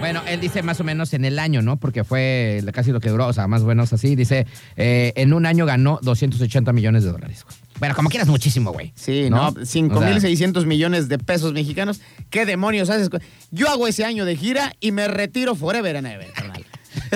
[SPEAKER 2] Bueno, él dice más o menos en el año, ¿no? Porque fue casi lo que duró, o sea, más o menos así. Dice, eh, en un año ganó 280 millones de dólares. güey. Bueno, como quieras, muchísimo, güey.
[SPEAKER 3] Sí, ¿no?
[SPEAKER 2] O sea,
[SPEAKER 3] 5.600 millones de pesos mexicanos. ¿Qué demonios haces? con- Yo hago ese año de gira y me retiro forever and ever, carnal.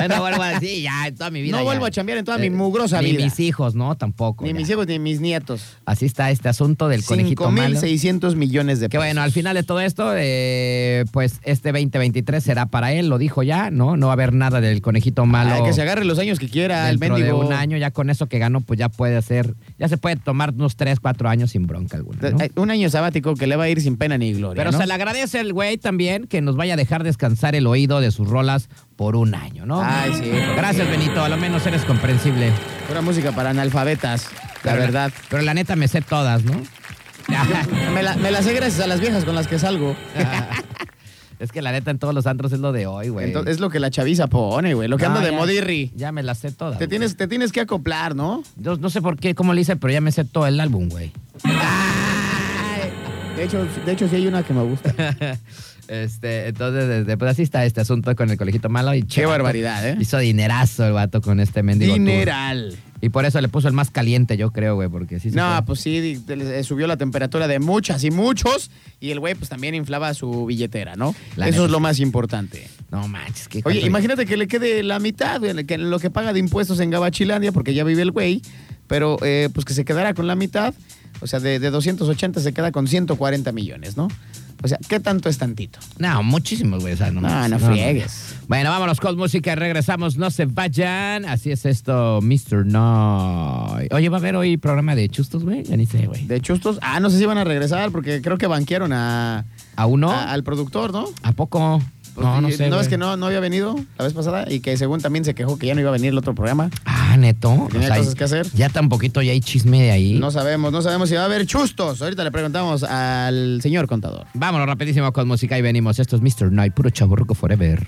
[SPEAKER 2] no vuelvo así, ya, en toda mi vida.
[SPEAKER 3] No
[SPEAKER 2] ya.
[SPEAKER 3] vuelvo a chambear en toda mi
[SPEAKER 2] Eh,
[SPEAKER 3] mugrosa
[SPEAKER 2] ni
[SPEAKER 3] vida.
[SPEAKER 2] mis hijos, ¿no? Tampoco.
[SPEAKER 3] Ni
[SPEAKER 2] ya.
[SPEAKER 3] mis hijos ni mis nietos.
[SPEAKER 2] Así está este asunto del conejito malo.
[SPEAKER 3] 5.600 millones de
[SPEAKER 2] Que
[SPEAKER 3] pesos.
[SPEAKER 2] bueno, al final de todo esto, eh, pues este 2023 será para él, lo dijo ya, ¿no? No va a haber nada del conejito malo.
[SPEAKER 3] Ah, que se agarre los años que quiera, el
[SPEAKER 2] dentro de
[SPEAKER 3] mendigo.
[SPEAKER 2] un año, ya con eso que ganó, pues ya puede hacer, ya se puede tomar unos 3, 4 años sin bronca alguna. ¿no?
[SPEAKER 3] Ay, Un año sabático que le va a ir sin pena ni gloria.
[SPEAKER 2] Pero
[SPEAKER 3] ¿no?
[SPEAKER 2] se le agradece el güey también que nos vaya a dejar descansar el oído de sus rolas por un año, ¿no?
[SPEAKER 3] Ay, sí.
[SPEAKER 2] Gracias, Benito, a lo menos eres comprensible.
[SPEAKER 3] Pura música para analfabetas, la
[SPEAKER 2] Pero
[SPEAKER 3] verdad.
[SPEAKER 2] pero la neta me sé todas, ¿no? [laughs]
[SPEAKER 3] Me la, me la sé gracias a las viejas con las que salgo.
[SPEAKER 2] es que la neta en todos los antros es lo de hoy, güey.
[SPEAKER 3] Entonces, es lo que la chaviza pone, güey. Lo que
[SPEAKER 2] No,
[SPEAKER 3] anda de
[SPEAKER 2] ya-
[SPEAKER 3] modirri.
[SPEAKER 2] Ya me las sé todas.
[SPEAKER 3] Te
[SPEAKER 2] güey.
[SPEAKER 3] tienes, te tienes que acoplar, ¿no?
[SPEAKER 2] Yo no sé por qué, cómo le hice, pero ya me sé todo el álbum, güey.
[SPEAKER 3] De hecho, de hecho, sí hay una que me [laughs] gusta.
[SPEAKER 2] Este, entonces, este, pues así está este asunto con el colegito malo. Y che,
[SPEAKER 3] Qué
[SPEAKER 2] vato,
[SPEAKER 3] barbaridad, ¿eh?
[SPEAKER 2] Hizo dinerazo el vato con este mendigo. tour.
[SPEAKER 3] Dineral.
[SPEAKER 2] Y por eso le puso el más caliente, yo creo, güey, porque sí. se
[SPEAKER 3] No,
[SPEAKER 2] fue.
[SPEAKER 3] pues sí, di- de- eh, subió la temperatura de muchas y muchos. Y el güey, pues también inflaba su billetera, ¿no?
[SPEAKER 2] La
[SPEAKER 3] Eso
[SPEAKER 2] neta.
[SPEAKER 3] es lo más importante.
[SPEAKER 2] No manches, qué
[SPEAKER 3] Oye,
[SPEAKER 2] cuatro-
[SPEAKER 3] imagínate que le quede la mitad güey, que lo que paga de impuestos en Gabachilandia, porque ya vive el güey, pero eh, pues que se quedara con la mitad, o sea, de, de 280 se queda con 140 millones, ¿no? O sea, ¿qué tanto es tantito?
[SPEAKER 2] No, muchísimos, güey. o sea, no,
[SPEAKER 3] No,
[SPEAKER 2] manches,
[SPEAKER 3] no friegues.
[SPEAKER 2] Bueno, vámonos con música, regresamos, no se vayan. Así es esto, Mr. No. Oye, ¿va a haber hoy programa de chustos, güey? Ya ni sé, güey.
[SPEAKER 3] De chustos, ah, no sé si van a regresar, porque creo que banquearon a,
[SPEAKER 2] ¿A uno?
[SPEAKER 3] a- al productor, ¿no? Pues,
[SPEAKER 2] ¿A poco? No, no
[SPEAKER 3] Ah, Y-
[SPEAKER 2] sé.
[SPEAKER 3] ¿No es
[SPEAKER 2] güey.
[SPEAKER 3] que no, no había venido la vez pasada? Y que según también se quejó que ya no iba a venir el otro programa.
[SPEAKER 2] Ah, neto.
[SPEAKER 3] Tenía cosas que hacer.
[SPEAKER 2] Ya tan poquito ya hay chisme de ahí.
[SPEAKER 3] No sabemos, no sabemos si va a haber chustos. Ahorita le preguntamos al señor contador.
[SPEAKER 2] Vámonos rapidísimo con música y venimos. Esto es Mr. Night, puro chaburruco forever.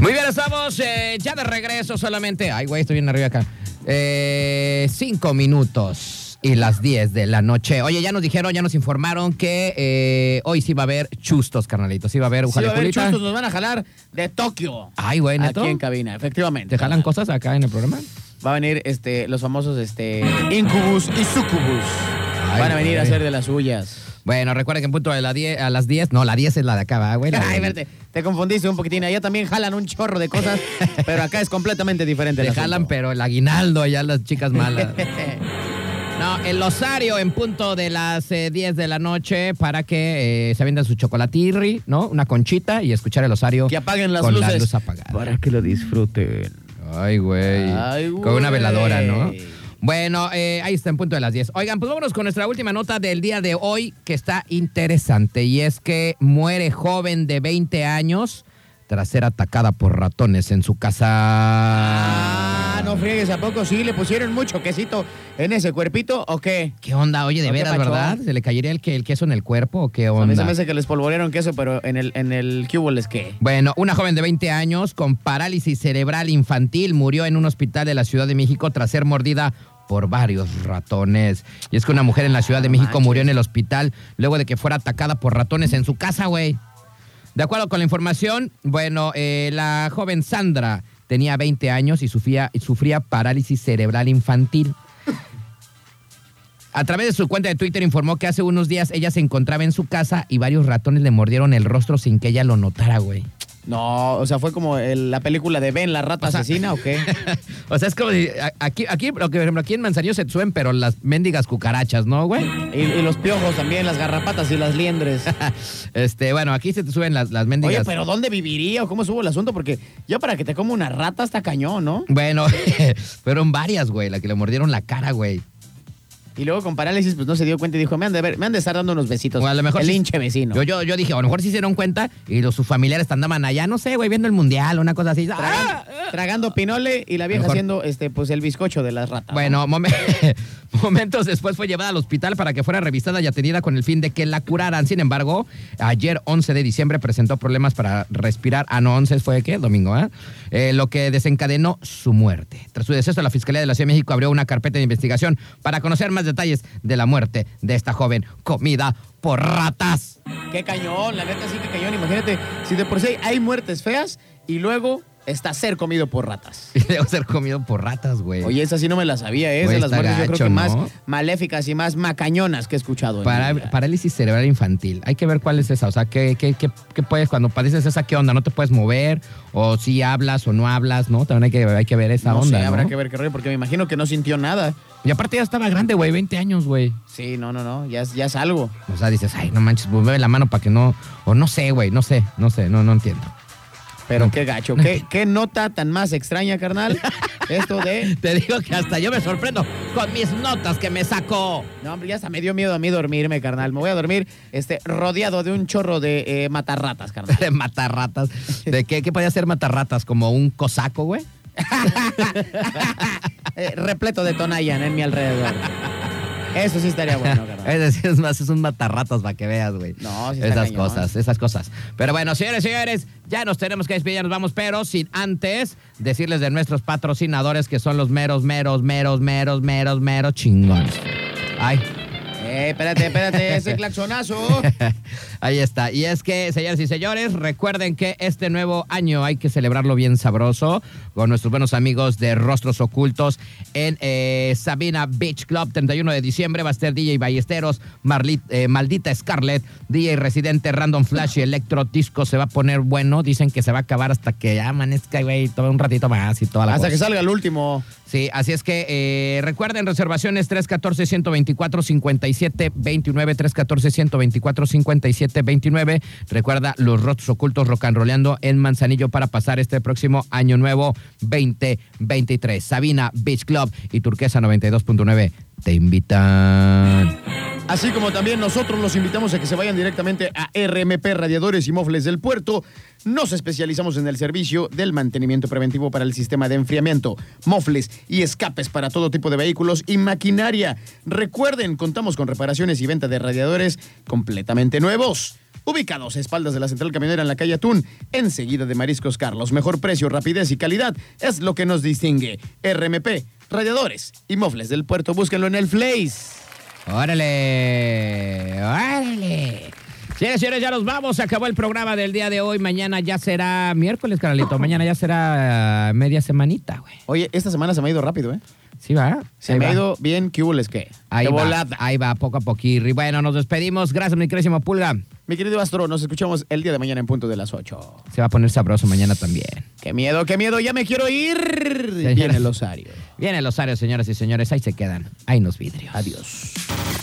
[SPEAKER 2] Muy bien, estamos eh, ya de regreso solamente. Ay, güey, estoy bien arriba acá. Eh, cinco minutos y las 10 de la noche. Oye, ya nos dijeron, ya nos informaron que eh, hoy sí va a haber chustos, carnalitos. Sí va a haber,
[SPEAKER 3] Sí va
[SPEAKER 2] ojalá,
[SPEAKER 3] a haber
[SPEAKER 2] Julita.
[SPEAKER 3] chustos, nos van a jalar de Tokio.
[SPEAKER 2] Ay, güey, ¿neto?
[SPEAKER 3] Aquí en cabina, efectivamente.
[SPEAKER 2] ¿Te jalan cosas acá en el programa?
[SPEAKER 3] Va a venir este, los famosos este, Incubus y Sucubus.
[SPEAKER 2] Ay,
[SPEAKER 3] Van a venir a
[SPEAKER 2] güey.
[SPEAKER 3] hacer de las suyas.
[SPEAKER 2] Bueno, recuerden que en punto de la die- a las 10, no, la 10 es la de acá, ¿verdad, güey. La de-
[SPEAKER 3] Ay, verte, te confundiste un poquitín. Allá también jalan un chorro
[SPEAKER 2] [laughs]
[SPEAKER 3] de cosas, pero acá es completamente diferente. el
[SPEAKER 2] Te jalan,
[SPEAKER 3] asunto.
[SPEAKER 2] pero el aguinaldo allá las
[SPEAKER 3] [laughs]
[SPEAKER 2] chicas malas. No, el Osario en punto de las eh, 10 de la noche para que eh, se vendan su chocolatirri, ¿no? Una conchita y escuchar el Osario.
[SPEAKER 3] Que apaguen las
[SPEAKER 2] con
[SPEAKER 3] luces.
[SPEAKER 2] la luz apagada.
[SPEAKER 3] Para que lo disfruten.
[SPEAKER 2] Ay, güey.
[SPEAKER 3] Ay, güey.
[SPEAKER 2] Con una veladora, ¿no? Bueno, eh, ahí está en punto de las 10. Oigan, pues vámonos con nuestra última nota del día de hoy que está interesante y es que muere joven de 20 años tras ser atacada por ratones en su casa.
[SPEAKER 3] Ah, no friegues, ¿a poco sí le pusieron mucho quesito en ese cuerpito o qué?
[SPEAKER 2] ¿Qué onda? Oye, de
[SPEAKER 3] ¿No te
[SPEAKER 2] veras,
[SPEAKER 3] pachó?
[SPEAKER 2] ¿verdad? ¿Se le caería el, que- el queso en el cuerpo o qué
[SPEAKER 3] A mí se
[SPEAKER 2] onda?
[SPEAKER 3] me hace que les polvorearon queso, pero en el, en el cubo les qué.
[SPEAKER 2] Bueno, una joven de 20 años con parálisis cerebral infantil murió en un hospital de la Ciudad de México tras ser mordida por varios ratones. Y es que una mujer en la Ciudad de México murió en el hospital luego de que fuera atacada por ratones en su casa, güey. De acuerdo con la información, bueno, eh, la joven Sandra tenía 20 años y sufría, y sufría parálisis cerebral infantil. A través de su cuenta de Twitter informó que hace unos días ella se encontraba en su casa y varios ratones le mordieron el rostro sin que ella lo notara, güey.
[SPEAKER 3] No, o sea, fue como el- la película de Ben, la rata
[SPEAKER 2] O sea-
[SPEAKER 3] asesina o
[SPEAKER 2] [laughs]
[SPEAKER 3] qué.
[SPEAKER 2] O sea, es como si a- aquí, aquí, lo que, por ejemplo, aquí en Manzanillo se suben, pero las mendigas cucarachas, ¿no, güey? [laughs]
[SPEAKER 3] Y, y los piojos también, las garrapatas y las liendres.
[SPEAKER 2] Este, bueno, aquí se te suben las, las mendigas.
[SPEAKER 3] Oye, pero ¿dónde viviría o cómo subo el asunto? Porque ya para que te coma una rata está cañón, ¿no?
[SPEAKER 2] [laughs] Bueno, fueron varias, güey, las que le mordieron la cara, güey.
[SPEAKER 3] Y luego con parálisis, pues no se dio cuenta y dijo, me han de, ver, me han de estar dando unos besitos.
[SPEAKER 2] O a lo mejor
[SPEAKER 3] El
[SPEAKER 2] sí-
[SPEAKER 3] hinche vecino.
[SPEAKER 2] Yo, yo, yo dije, a lo mejor sí se dieron cuenta y los, sus familiares andaban allá, no sé, güey, viendo el mundial, una cosa así.
[SPEAKER 3] Tragando,
[SPEAKER 2] ¡Ah!
[SPEAKER 3] tragando pinole y la vieja
[SPEAKER 2] Mejor-
[SPEAKER 3] haciendo este, pues el bizcocho de las ratas.
[SPEAKER 2] Bueno, momen- [laughs] momentos después fue llevada al hospital para que fuera revisada y atendida con el fin de que la curaran. Sin embargo, ayer 11 de diciembre presentó problemas para respirar. Ah, no, 11 fue qué, domingo, ¿eh? Eh, lo que desencadenó su muerte. Tras su deceso, la Fiscalía de la Ciudad de México abrió una carpeta de investigación para conocer más detalles de la muerte de esta joven comida por ratas. [laughs]
[SPEAKER 3] Qué cañón, la neta sí que cañón. Imagínate, si de por sí hay muertes feas y luego está ser comido por ratas.
[SPEAKER 2] Y debo ser comido por ratas, güey.
[SPEAKER 3] Oye, esa sí no me la sabía, ¿eh? es
[SPEAKER 2] Güey,
[SPEAKER 3] de las
[SPEAKER 2] está
[SPEAKER 3] muertes yo creo
[SPEAKER 2] gacho,
[SPEAKER 3] que
[SPEAKER 2] Pues ¿no?
[SPEAKER 3] más maléficas y más macañonas que he escuchado. en mi
[SPEAKER 2] Para-
[SPEAKER 3] vida.
[SPEAKER 2] parálisis cerebral infantil. Hay que ver cuál es esa. O sea, ¿qué, qué, qué- qué puedes, cuando padeces esa, qué onda? ¿No te puedes mover? ¿O si hablas o no hablas? ¿No? También hay que, hay que ver esa
[SPEAKER 3] no
[SPEAKER 2] onda.
[SPEAKER 3] sé, habrá
[SPEAKER 2] ¿no?
[SPEAKER 3] que ver qué rollo, porque me imagino que no sintió nada.
[SPEAKER 2] Y aparte ya estaba grande, güey, 20 años, güey.
[SPEAKER 3] Sí, no, no, no, ya, es- ya es algo.
[SPEAKER 2] O sea, dices, ay, no manches, pues mueve la mano para que no. O no sé, güey, no sé, no sé, no, no entiendo. [laughs]
[SPEAKER 3] Pero
[SPEAKER 2] No.
[SPEAKER 3] qué gacho, qué, qué nota tan más extraña, carnal. Esto de...
[SPEAKER 2] Te digo que hasta yo me sorprendo con mis notas que me sacó. [laughs]
[SPEAKER 3] No, hombre, ya hasta me dio miedo a mí dormirme, carnal. Me voy a dormir este, rodeado de un chorro de eh, matarratas, carnal. [laughs]
[SPEAKER 2] De matarratas. ¿De qué, qué podía ser matarratas? ¿Como un cosaco, güey?
[SPEAKER 3] Eh, repleto de Tonayan en mi alrededor. Eso sí estaría bueno,
[SPEAKER 2] [laughs]
[SPEAKER 3] carnal.
[SPEAKER 2] Es decir, es más, es un matarratas para que veas, güey.
[SPEAKER 3] No, sí está
[SPEAKER 2] Esas
[SPEAKER 3] cañón.
[SPEAKER 2] cosas, esas cosas. Pero bueno, señores, señores, ya nos tenemos que despedir, ya nos vamos, pero sin antes decirles de nuestros patrocinadores que son los meros, meros, meros, meros, meros, meros chingones. Ay,
[SPEAKER 3] Eh, espérate, espérate, ese claxonazo.
[SPEAKER 2] [laughs] Ahí está. Y es que, señoras y señores, recuerden que este nuevo año hay que celebrarlo bien sabroso con nuestros buenos amigos de Rostros Ocultos en eh, Sabina Beach Club, 31 de diciembre. Va a estar DJ Ballesteros, Marlit- eh, Maldita Scarlett, DJ Residente, Random Flash y Electro Disco. Se va a poner bueno. Dicen que se va a acabar hasta que ya amanezca, güey, todo un ratito más y toda la
[SPEAKER 3] Hasta
[SPEAKER 2] cosa.
[SPEAKER 3] que salga el último.
[SPEAKER 2] Sí, así es que eh, recuerden reservaciones 314-124-5729, 314-124-5729. Recuerda los rostros ocultos rocanroleando en Manzanillo para pasar este próximo año nuevo 2023. Sabina Beach Club y Turquesa 92.9 te invitan.
[SPEAKER 3] Así como también nosotros los invitamos a que se vayan directamente a RMP Radiadores y Mofles del Puerto. Nos especializamos en el servicio del mantenimiento preventivo para el sistema de enfriamiento, mofles y escapes para todo tipo de vehículos y maquinaria. Recuerden, contamos con reparaciones y venta de radiadores completamente nuevos. Ubicados a espaldas de la central camionera en la calle Atún, enseguida de Mariscos Carlos. Mejor precio, rapidez y calidad es lo que nos distingue. RMP, Radiadores y Mofles del Puerto. Búsquenlo en el Flace.
[SPEAKER 2] Órale, órale. Señores, señores, ya nos vamos. Se acabó el programa del día de hoy. Mañana ya será miércoles, Carlito. Mañana ya será eh, media semanita, güey.
[SPEAKER 3] Oye, esta semana se me ha ido rápido, ¿eh?
[SPEAKER 2] Sí, va.
[SPEAKER 3] Se
[SPEAKER 2] Ahí
[SPEAKER 3] me
[SPEAKER 2] va.
[SPEAKER 3] ha ido bien, ¿qué hubo les qué?
[SPEAKER 2] Ahí
[SPEAKER 3] De
[SPEAKER 2] va,
[SPEAKER 3] volada.
[SPEAKER 2] ahí va, poco a poquirri. Bueno, nos despedimos. Gracias, mi querísimo Pulga.
[SPEAKER 3] Mi querido Astro, nos escuchamos el día de mañana en punto de las 8.
[SPEAKER 2] Se va a poner sabroso mañana también.
[SPEAKER 3] ¡Qué miedo, qué miedo! ¡Ya me quiero ir!
[SPEAKER 2] [laughs]
[SPEAKER 3] Viene el osario.
[SPEAKER 2] Viene los Arios, señoras y señores. Ahí se quedan. Ahí nos vidrios. Adiós.